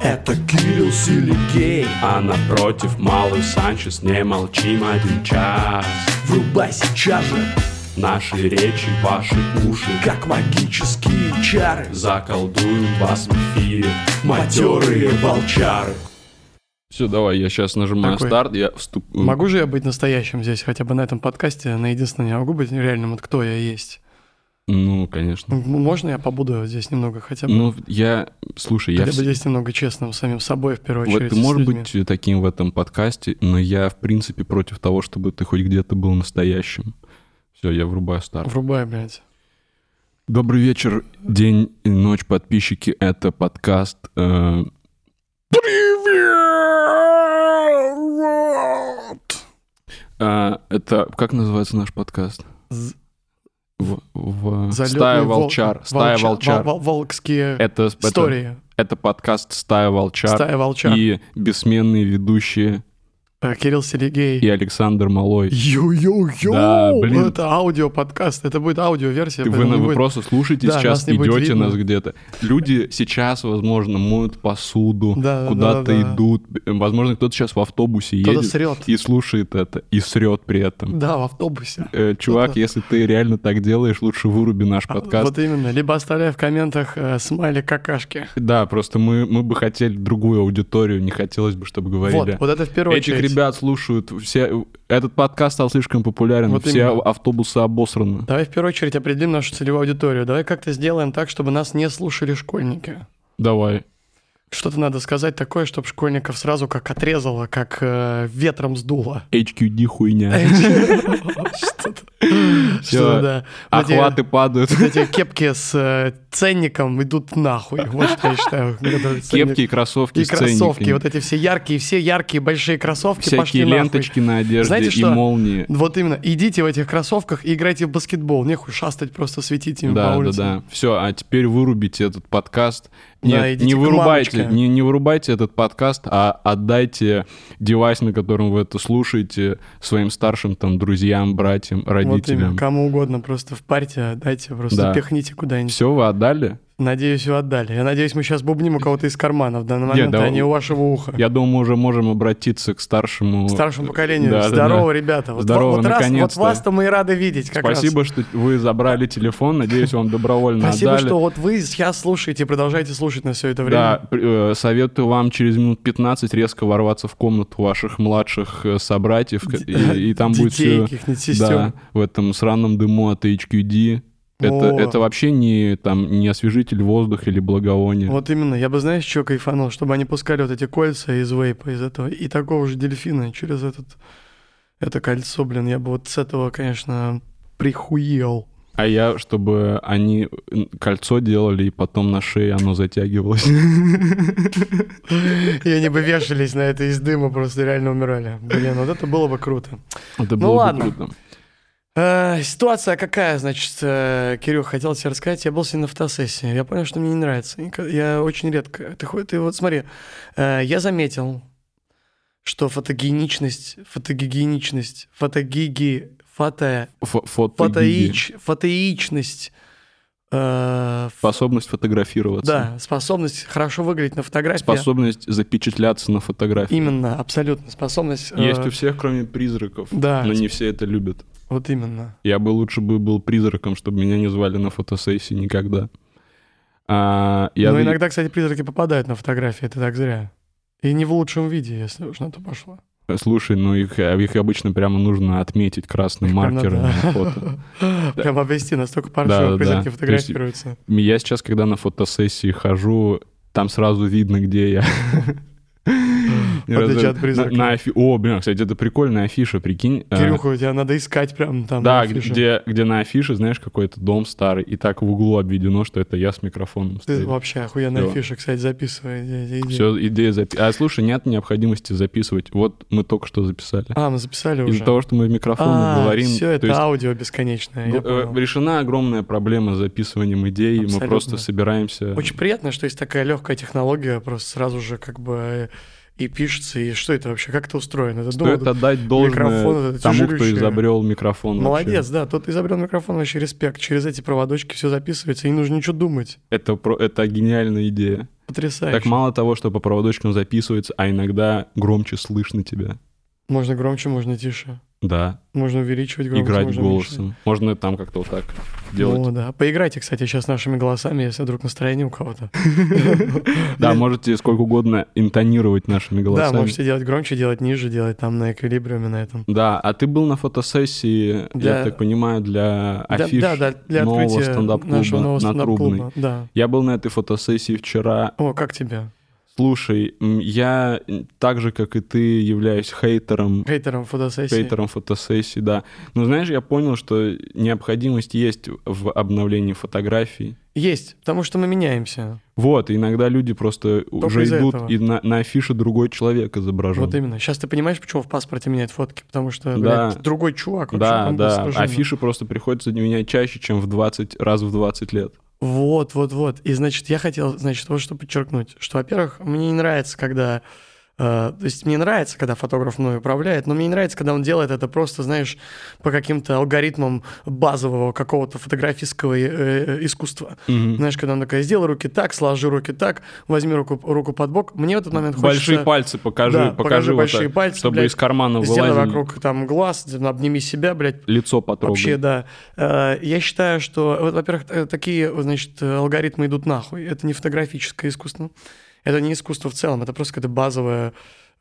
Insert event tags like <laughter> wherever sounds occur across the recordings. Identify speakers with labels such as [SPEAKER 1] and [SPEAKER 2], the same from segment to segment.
[SPEAKER 1] Это Кирилл Силигей
[SPEAKER 2] А напротив малый Санчес Не молчим один час
[SPEAKER 1] Врубай сейчас же
[SPEAKER 2] Наши речи, ваши уши
[SPEAKER 1] Как магические чары
[SPEAKER 2] Заколдуют вас в эфире
[SPEAKER 1] Матерые волчары
[SPEAKER 2] Все, давай, я сейчас нажимаю
[SPEAKER 3] Такой.
[SPEAKER 2] старт, я вступ...
[SPEAKER 3] Могу же я быть настоящим здесь, хотя бы на этом подкасте, на единственное, я могу быть реальным, вот кто я есть.
[SPEAKER 2] Ну, конечно.
[SPEAKER 3] Ну, Можно я побуду здесь немного хотя бы?
[SPEAKER 2] Ну, я... Слушай, я...
[SPEAKER 3] хотя
[SPEAKER 2] вс-
[SPEAKER 3] бы здесь немного честным с самим собой в первую
[SPEAKER 2] Вот
[SPEAKER 3] очередь.
[SPEAKER 2] ты
[SPEAKER 3] и с
[SPEAKER 2] можешь
[SPEAKER 3] людьми.
[SPEAKER 2] быть э, таким в этом подкасте, но я, в принципе, против того, чтобы ты хоть где-то был настоящим. Все, я врубаю старт.
[SPEAKER 3] Врубай, блядь.
[SPEAKER 2] Добрый вечер, день и ночь, подписчики. Это подкаст... э,
[SPEAKER 3] Привет!
[SPEAKER 2] а, это... Как называется наш подкаст?
[SPEAKER 3] З-
[SPEAKER 2] В- в-
[SPEAKER 3] Залётный
[SPEAKER 2] Стая
[SPEAKER 3] вол-
[SPEAKER 2] волчар. Стая
[SPEAKER 3] волча-
[SPEAKER 2] волчар.
[SPEAKER 3] вол- вол- волкские
[SPEAKER 2] Это, это,
[SPEAKER 3] истории.
[SPEAKER 2] это подкаст Стая волчар.
[SPEAKER 3] Стая волчар.
[SPEAKER 2] И бессменные ведущие
[SPEAKER 3] Э, Кирилл Селигей.
[SPEAKER 2] и Александр Малой.
[SPEAKER 3] Йо-йо-йо!
[SPEAKER 2] Да, блин.
[SPEAKER 3] Это аудиоподкаст, это будет аудиоверсия.
[SPEAKER 2] Ты- Вы,
[SPEAKER 3] поэтому
[SPEAKER 2] на-
[SPEAKER 3] не
[SPEAKER 2] вы
[SPEAKER 3] будет-
[SPEAKER 2] просто слушаете,
[SPEAKER 3] Да,
[SPEAKER 2] сейчас
[SPEAKER 3] нас не будет
[SPEAKER 2] идете
[SPEAKER 3] видно.
[SPEAKER 2] нас где-то. Люди сейчас, возможно, моют посуду,
[SPEAKER 3] Да, да,
[SPEAKER 2] куда-то
[SPEAKER 3] да, да.
[SPEAKER 2] идут. Возможно, кто-то сейчас в автобусе
[SPEAKER 3] Кто-то
[SPEAKER 2] едет
[SPEAKER 3] срет.
[SPEAKER 2] и слушает это, и срет при этом.
[SPEAKER 3] Да, в автобусе.
[SPEAKER 2] Э, чувак,
[SPEAKER 3] Кто-то- А,
[SPEAKER 2] если ты реально так делаешь, лучше выруби наш подкаст.
[SPEAKER 3] Вот именно. Либо оставляй в комментах э, смайлик какашки.
[SPEAKER 2] Да, просто мы, мы бы хотели другую аудиторию, не хотелось бы, чтобы говорили.
[SPEAKER 3] Вот, вот это в первую
[SPEAKER 2] Этих
[SPEAKER 3] очередь.
[SPEAKER 2] ребят слушают, все, этот подкаст стал слишком популярен,
[SPEAKER 3] Вот
[SPEAKER 2] все
[SPEAKER 3] именно.
[SPEAKER 2] автобусы обосраны.
[SPEAKER 3] Давай в первую очередь определим нашу целевую аудиторию. Давай как-то сделаем так, чтобы нас не слушали школьники.
[SPEAKER 2] Давай.
[SPEAKER 3] Что-то надо сказать такое, чтобы школьников сразу как отрезало, как э, ветром сдуло.
[SPEAKER 2] HQD
[SPEAKER 3] <laughs>
[SPEAKER 2] хуйня.
[SPEAKER 3] Что-то. Что-то, да. Вот эти-
[SPEAKER 2] Охваты
[SPEAKER 3] <laughs>
[SPEAKER 2] падают.
[SPEAKER 3] вот Эти кепки с э, ценником идут нахуй. Вот что я считаю. Который ценник.
[SPEAKER 2] Кепки и кроссовки
[SPEAKER 3] и
[SPEAKER 2] с ценниками.
[SPEAKER 3] кроссовки. Вот эти все яркие, все яркие большие кроссовки пошли
[SPEAKER 2] Всякие
[SPEAKER 3] нахуй.
[SPEAKER 2] ленточки на одежде
[SPEAKER 3] Знаете
[SPEAKER 2] и
[SPEAKER 3] что?
[SPEAKER 2] молнии.
[SPEAKER 3] Вот именно. Идите в этих кроссовках и играйте в баскетбол. Нехуй шастать, просто светите им по
[SPEAKER 2] Да, да,
[SPEAKER 3] улице.
[SPEAKER 2] да. Все, а теперь вырубите этот подкаст.
[SPEAKER 3] Да,
[SPEAKER 2] Нет,
[SPEAKER 3] идите
[SPEAKER 2] не
[SPEAKER 3] к
[SPEAKER 2] вырубайте,
[SPEAKER 3] мамочке.
[SPEAKER 2] не, не вырубайте этот подкаст, а отдайте девайс, на котором вы это слушаете, своим старшим там друзьям, братьям,
[SPEAKER 3] Вот именно.
[SPEAKER 2] родителям.
[SPEAKER 3] Кому угодно, просто в парте отдайте, просто
[SPEAKER 2] Да.
[SPEAKER 3] пихните куда-нибудь.
[SPEAKER 2] Все вы отдали?
[SPEAKER 3] Надеюсь, вы отдали. Я надеюсь, мы сейчас бубним у кого-то из карманов в данный
[SPEAKER 2] Не,
[SPEAKER 3] момент,
[SPEAKER 2] да,
[SPEAKER 3] а не у вашего уха.
[SPEAKER 2] Я думаю, мы уже можем обратиться к старшему.
[SPEAKER 3] К Старшему поколению.
[SPEAKER 2] Да, да,
[SPEAKER 3] Здорово,
[SPEAKER 2] да.
[SPEAKER 3] ребята. Вот,
[SPEAKER 2] Здорово,
[SPEAKER 3] вот раз- вот
[SPEAKER 2] наконец-то.
[SPEAKER 3] вас-то мы и рады видеть. Как раз.
[SPEAKER 2] Спасибо, что вы забрали телефон. Надеюсь, вам добровольно
[SPEAKER 3] Спасибо,
[SPEAKER 2] отдали.
[SPEAKER 3] что вот вы сейчас слушаете и продолжаете слушать на все это время.
[SPEAKER 2] Да, пр- э, советую вам через минут 15 резко ворваться в комнату ваших младших э, собратьев, к-
[SPEAKER 3] <laughs>
[SPEAKER 2] и, и там будет
[SPEAKER 3] Детей,
[SPEAKER 2] все
[SPEAKER 3] каких-нибудь сестер.
[SPEAKER 2] в этом сраном дыму от HQD. Это,
[SPEAKER 3] О.
[SPEAKER 2] это вообще не, там, не освежитель воздуха или благовоние.
[SPEAKER 3] Вот именно. Я бы, знаешь, что кайфанул? Чтобы они пускали вот эти кольца из вейпа, из этого, и такого же дельфина через этот, это кольцо, блин. Я бы вот с этого, конечно, прихуел.
[SPEAKER 2] А я, чтобы они м, кольцо делали, и потом на шее оно
[SPEAKER 3] <laughs>
[SPEAKER 2] затягивалось.
[SPEAKER 3] И они бы вешались на это из дыма, просто реально умирали. Блин, вот это было бы круто.
[SPEAKER 2] Это было бы
[SPEAKER 3] Ну ладно.
[SPEAKER 2] круто.
[SPEAKER 3] Э, ситуация какая, значит, э, Кирюх, хотел тебе рассказать. Я был сегодня на фотосессии. Я понял, что мне не нравится. Ника- Я очень редко. Ты, хо- ты вот смотри, э, я заметил, что фотогеничность, фотогигиеничность, фотогиги, фото,
[SPEAKER 2] Фо- фотогиги.
[SPEAKER 3] фотоич, фотоичность, э, ф-
[SPEAKER 2] Способность фотографироваться.
[SPEAKER 3] да, способность хорошо выглядеть на фотографии.
[SPEAKER 2] Способность запечатляться на фотографии.
[SPEAKER 3] Именно, абсолютно. Способность. э,
[SPEAKER 2] Есть у всех, кроме призраков.
[SPEAKER 3] Да.
[SPEAKER 2] Но не все это любят.
[SPEAKER 3] Вот именно.
[SPEAKER 2] Я бы лучше бы был призраком, чтобы меня не звали на фотосессии никогда. А, я
[SPEAKER 3] Но
[SPEAKER 2] д-
[SPEAKER 3] иногда, кстати, призраки попадают на фотографии, это так зря. И не в лучшем виде, если уж на то пошло.
[SPEAKER 2] Слушай, ну их, их обычно прямо нужно отметить красным маркером на
[SPEAKER 3] Прям надо-
[SPEAKER 2] фото.
[SPEAKER 3] <laughs> Прям обвести, настолько
[SPEAKER 2] Да,
[SPEAKER 3] паршиво
[SPEAKER 2] да,
[SPEAKER 3] призраки
[SPEAKER 2] да.
[SPEAKER 3] фотографируются.
[SPEAKER 2] Я сейчас, когда на фотосессии хожу, там сразу видно, где
[SPEAKER 3] <laughs>
[SPEAKER 2] я.
[SPEAKER 3] В отличие от
[SPEAKER 2] На-
[SPEAKER 3] призрака.
[SPEAKER 2] на афи- О, блин, кстати, это прикольная афиша, прикинь. А,
[SPEAKER 3] Кирюху, тебя надо искать прям там. на
[SPEAKER 2] Да,
[SPEAKER 3] афише.
[SPEAKER 2] где, где на афише, знаешь, какой-то дом старый, и так в углу обведено, что это я с микрофоном
[SPEAKER 3] Ты
[SPEAKER 2] стою.
[SPEAKER 3] вообще охуенная
[SPEAKER 2] Всё.
[SPEAKER 3] афиша, кстати, записывай. иди- иди- иди.
[SPEAKER 2] Все, идея запи... А слушай, нет необходимости записывать. Вот мы только что записали.
[SPEAKER 3] А, мы записали уже.
[SPEAKER 2] Из-за того, что мы в микрофон говорим,
[SPEAKER 3] все это
[SPEAKER 2] то есть
[SPEAKER 3] аудио бесконечное. я
[SPEAKER 2] г- э,
[SPEAKER 3] понял.
[SPEAKER 2] решена огромная проблема с записыванием идей. Мы
[SPEAKER 3] Абсолютно.
[SPEAKER 2] просто собираемся.
[SPEAKER 3] Очень приятно, что есть такая легкая технология, просто сразу же как бы э, и пишется, и что это вообще, как это устроено? Это думал,
[SPEAKER 2] Стоит отдать
[SPEAKER 3] микрофон
[SPEAKER 2] должное
[SPEAKER 3] этот
[SPEAKER 2] тому, кто
[SPEAKER 3] тяжелющий.
[SPEAKER 2] изобрел микрофон. вообще.
[SPEAKER 3] Молодец, да, тот изобрел микрофон, вообще респект. Через эти проводочки все записывается, и не нужно ничего думать.
[SPEAKER 2] Это, про... это гениальная идея.
[SPEAKER 3] Потрясающе.
[SPEAKER 2] Так мало того, что по проводочкам записывается, а иногда громче слышно тебя.
[SPEAKER 3] Можно громче, можно тише.
[SPEAKER 2] Да,
[SPEAKER 3] Можно увеличивать громкость.
[SPEAKER 2] играть
[SPEAKER 3] можно Ну,
[SPEAKER 2] голосом.
[SPEAKER 3] уменьшать.
[SPEAKER 2] Можно там как-то вот так
[SPEAKER 3] О,
[SPEAKER 2] делать.
[SPEAKER 3] да. Поиграйте, кстати, сейчас нашими голосами, если вдруг настроение у кого-то.
[SPEAKER 2] <laughs> Да, можете сколько угодно интонировать нашими
[SPEAKER 3] Да,
[SPEAKER 2] голосами.
[SPEAKER 3] можете делать громче, делать ниже, делать там на эквилибриуме на этом.
[SPEAKER 2] Да, а ты был на фотосессии, я
[SPEAKER 3] Для-
[SPEAKER 2] так понимаю, для
[SPEAKER 3] Да,
[SPEAKER 2] афиш
[SPEAKER 3] да, да, для
[SPEAKER 2] нового
[SPEAKER 3] открытия
[SPEAKER 2] стендап-клуба
[SPEAKER 3] нашего нового
[SPEAKER 2] на Трубной.
[SPEAKER 3] стендап-клуба. Да.
[SPEAKER 2] Я был на этой фотосессии вчера.
[SPEAKER 3] О, как тебя?
[SPEAKER 2] Слушай, м, я м, так же, как и ты, являюсь хейтером
[SPEAKER 3] Хейтером фотосессии.
[SPEAKER 2] хейтером фотосессий, да. Но знаешь, я понял, что необходимость есть в обновлении фотографий.
[SPEAKER 3] Есть, потому что мы меняемся.
[SPEAKER 2] Вот, иногда люди просто уже
[SPEAKER 3] из-за
[SPEAKER 2] идут
[SPEAKER 3] этого.
[SPEAKER 2] и на, на афише другой человек изображен.
[SPEAKER 3] Вот именно. Сейчас ты понимаешь, почему в паспорте меняют фотки? Потому что,
[SPEAKER 2] Да.
[SPEAKER 3] блядь, другой чувак. вообще
[SPEAKER 2] да,
[SPEAKER 3] там
[SPEAKER 2] да,
[SPEAKER 3] достраженно.
[SPEAKER 2] афиши просто приходится менять чаще, чем в 20, раз в 20 лет.
[SPEAKER 3] Вот, вот, вот. И, значит, я хотел, значит, вот что подчеркнуть. Что, во-первых, мне не нравится, когда... э, то есть мне нравится, когда фотограф мной управляет, но мне не нравится, когда он делает это просто, знаешь, по каким-то алгоритмам базового какого-то фотографистского э, э, искусства.
[SPEAKER 2] Мгм.
[SPEAKER 3] Знаешь, когда он такой, сделай руки так, сложи руки так, возьми руку, руку под бок. Мне в этот момент
[SPEAKER 2] Большие
[SPEAKER 3] хочется...
[SPEAKER 2] пальцы покажи,
[SPEAKER 3] Да,
[SPEAKER 2] покажи,
[SPEAKER 3] покажи
[SPEAKER 2] вот
[SPEAKER 3] большие
[SPEAKER 2] так,
[SPEAKER 3] пальцы,
[SPEAKER 2] чтобы
[SPEAKER 3] блядь,
[SPEAKER 2] из кармана
[SPEAKER 3] Сделай
[SPEAKER 2] вылазили,
[SPEAKER 3] вокруг там глаз, обними себя, блядь,
[SPEAKER 2] лицо потрогай.
[SPEAKER 3] Вообще, да. Э, Я считаю, что, вот, во-первых, э, такие, вот, значит, э, алгоритмы идут нахуй. Это не фотографическое искусство. Это не искусство в целом. Это просто какой-то базовый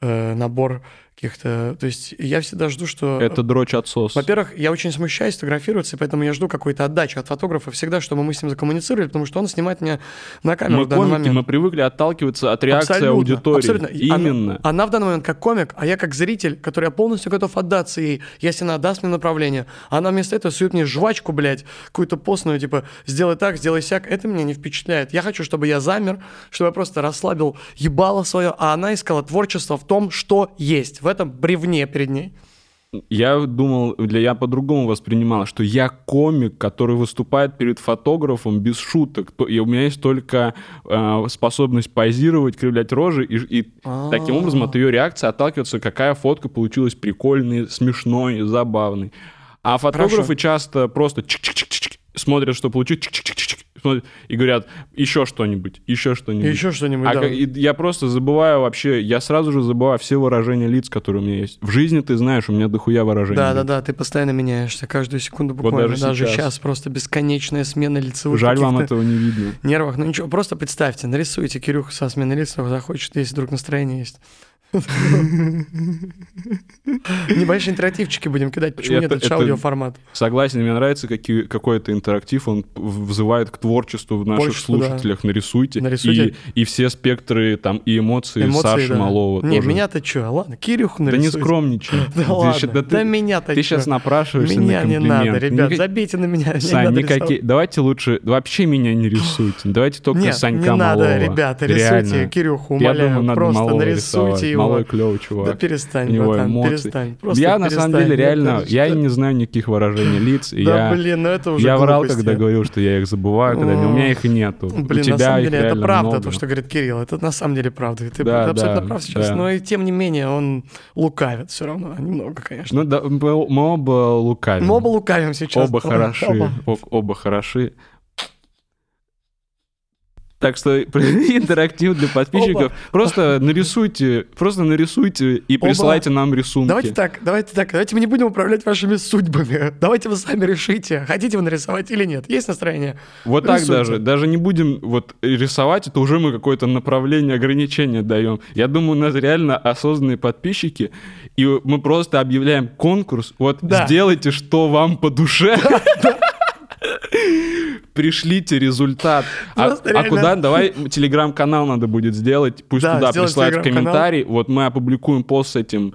[SPEAKER 3] э, набор каких-то... То есть я всегда жду, что...
[SPEAKER 2] Это дрочь отсос.
[SPEAKER 3] Во-первых, я очень смущаюсь фотографироваться, и поэтому я жду какой-то отдачи от фотографа всегда, чтобы мы с ним закоммуницировали, потому что он снимает меня на камеру
[SPEAKER 2] мы
[SPEAKER 3] в данный
[SPEAKER 2] комики,
[SPEAKER 3] момент.
[SPEAKER 2] мы привыкли отталкиваться от реакции
[SPEAKER 3] Абсолютно,
[SPEAKER 2] аудитории.
[SPEAKER 3] абсолютно. И она-
[SPEAKER 2] Именно.
[SPEAKER 3] Она, в данный момент как комик, а я как зритель, который я полностью готов отдаться ей, если она даст мне направление. Она вместо этого сует мне жвачку, блядь, какую-то постную, типа, сделай так, сделай сяк. Это меня не впечатляет. Я хочу, чтобы я замер, чтобы я просто расслабил ебало свое, а она искала творчество в том, что есть, в этом бревне перед ней.
[SPEAKER 2] Я думал, для я по-другому воспринимал, что я комик, который выступает перед фотографом без шуток. То- и у меня есть только э, способность позировать, кривлять рожи, и, и
[SPEAKER 3] А.
[SPEAKER 2] таким образом от ее реакции отталкиваться, какая фотка получилась прикольной, смешной, забавной. А фотографы
[SPEAKER 3] Хорошо.
[SPEAKER 2] часто просто чик-чик-чик-чик смотрят, что получилось, чик-чик-чик-чик, смотрят, и говорят еще что-нибудь, еще
[SPEAKER 3] И
[SPEAKER 2] что-нибудь.
[SPEAKER 3] еще что-нибудь,
[SPEAKER 2] А
[SPEAKER 3] да.
[SPEAKER 2] как- и я просто забываю вообще, я сразу же забываю все выражения лиц, которые у меня есть. В жизни ты знаешь, у меня дохуя выражений.
[SPEAKER 3] Да, да,
[SPEAKER 2] лиц.
[SPEAKER 3] да, ты постоянно меняешься, каждую секунду буквально.
[SPEAKER 2] даже
[SPEAKER 3] даже
[SPEAKER 2] сейчас.
[SPEAKER 3] сейчас. просто бесконечная смена лицевых
[SPEAKER 2] Жаль, вам
[SPEAKER 3] каких-то-
[SPEAKER 2] этого не видно.
[SPEAKER 3] нервах. Ну ничего, просто представьте, нарисуйте Кирюху со смены лиц, кто захочет, если вдруг настроение есть. Небольшие интерактивчики будем кидать. Почему нет?
[SPEAKER 2] Это-
[SPEAKER 3] Это же
[SPEAKER 2] это-
[SPEAKER 3] аудиоформат.
[SPEAKER 2] Согласен, мне нравится какие, какой-то интерактив, он в- вызывает к творчеству в наших
[SPEAKER 3] Творчеству, да.
[SPEAKER 2] слушателях. Нарисуйте.
[SPEAKER 3] Нарисуйте.
[SPEAKER 2] И, и все спектры там и эмоции, Саши
[SPEAKER 3] да.
[SPEAKER 2] Малова
[SPEAKER 3] Не,
[SPEAKER 2] тоже.
[SPEAKER 3] меня-то что? Ладно, Кирюху
[SPEAKER 2] Да не
[SPEAKER 3] нарисуйте.
[SPEAKER 2] скромничай.
[SPEAKER 3] <laughs> Да
[SPEAKER 2] Ты
[SPEAKER 3] ладно,
[SPEAKER 2] щ-
[SPEAKER 3] да меня-то
[SPEAKER 2] Ты
[SPEAKER 3] чё?
[SPEAKER 2] сейчас напрашиваешься
[SPEAKER 3] Меня
[SPEAKER 2] на
[SPEAKER 3] не
[SPEAKER 2] комплимент.
[SPEAKER 3] надо, ребят,
[SPEAKER 2] Никак-
[SPEAKER 3] забейте на меня. не
[SPEAKER 2] Сань,
[SPEAKER 3] надо
[SPEAKER 2] никакие...
[SPEAKER 3] рисовать.
[SPEAKER 2] Давайте лучше... Вообще меня не рисуйте. Давайте только
[SPEAKER 3] Нет,
[SPEAKER 2] Санька
[SPEAKER 3] не надо,
[SPEAKER 2] Малова.
[SPEAKER 3] ребята,
[SPEAKER 2] Реально.
[SPEAKER 3] рисуйте Кирюху,
[SPEAKER 2] Я думаю,
[SPEAKER 3] умоляю.
[SPEAKER 2] надо
[SPEAKER 3] Просто
[SPEAKER 2] Малого рисовать.
[SPEAKER 3] нарисуйте его.
[SPEAKER 2] Малой клевый чувак.
[SPEAKER 3] Да перестань,
[SPEAKER 2] У него
[SPEAKER 3] братан,
[SPEAKER 2] эмоции.
[SPEAKER 3] перестань. Просто
[SPEAKER 2] я на самом
[SPEAKER 3] перестань,
[SPEAKER 2] деле
[SPEAKER 3] нет,
[SPEAKER 2] реально,
[SPEAKER 3] ты
[SPEAKER 2] я
[SPEAKER 3] что?
[SPEAKER 2] не знаю никаких выражений лиц. и
[SPEAKER 3] Да
[SPEAKER 2] я,
[SPEAKER 3] блин, ну это уже
[SPEAKER 2] я врал,
[SPEAKER 3] глупости.
[SPEAKER 2] когда говорил, что я их забываю, когда у меня их нету.
[SPEAKER 3] Блин,
[SPEAKER 2] у тебя
[SPEAKER 3] на самом
[SPEAKER 2] их
[SPEAKER 3] деле это
[SPEAKER 2] реально
[SPEAKER 3] правда,
[SPEAKER 2] много.
[SPEAKER 3] то, что говорит Кирилл. Это на самом деле правда. И Ты
[SPEAKER 2] Да,
[SPEAKER 3] абсолютно
[SPEAKER 2] да,
[SPEAKER 3] прав сейчас.
[SPEAKER 2] да.
[SPEAKER 3] Но и тем не менее, он лукавит все равно. а Немного, конечно.
[SPEAKER 2] Ну да, мы мы оба лукавим.
[SPEAKER 3] Мы оба лукавим сейчас.
[SPEAKER 2] Оба хороши.
[SPEAKER 3] Оба.
[SPEAKER 2] О- Оба хороши. Так что <laughs> интерактив для подписчиков. Просто нарисуйте, просто нарисуйте и
[SPEAKER 3] Оба.
[SPEAKER 2] присылайте нам рисунки.
[SPEAKER 3] Давайте так, давайте так, давайте мы не будем управлять вашими судьбами. <laughs> Давайте вы сами решите, хотите вы нарисовать или нет. Есть настроение?
[SPEAKER 2] Вот так
[SPEAKER 3] Рисуйте.
[SPEAKER 2] даже. Даже не будем вот рисовать, это уже мы какое-то направление ограничения даем. Я думаю, у нас реально осознанные подписчики, и мы просто объявляем конкурс. Вот
[SPEAKER 3] Да.
[SPEAKER 2] сделайте, что вам по душе. Пришлите результат. А,
[SPEAKER 3] Просто
[SPEAKER 2] а
[SPEAKER 3] реально.
[SPEAKER 2] куда? Давай телеграм-канал надо будет сделать. Пусть
[SPEAKER 3] Да,
[SPEAKER 2] туда
[SPEAKER 3] сделать
[SPEAKER 2] присылают
[SPEAKER 3] телеграм-канал.
[SPEAKER 2] комментарий. Вот мы опубликуем пост с этим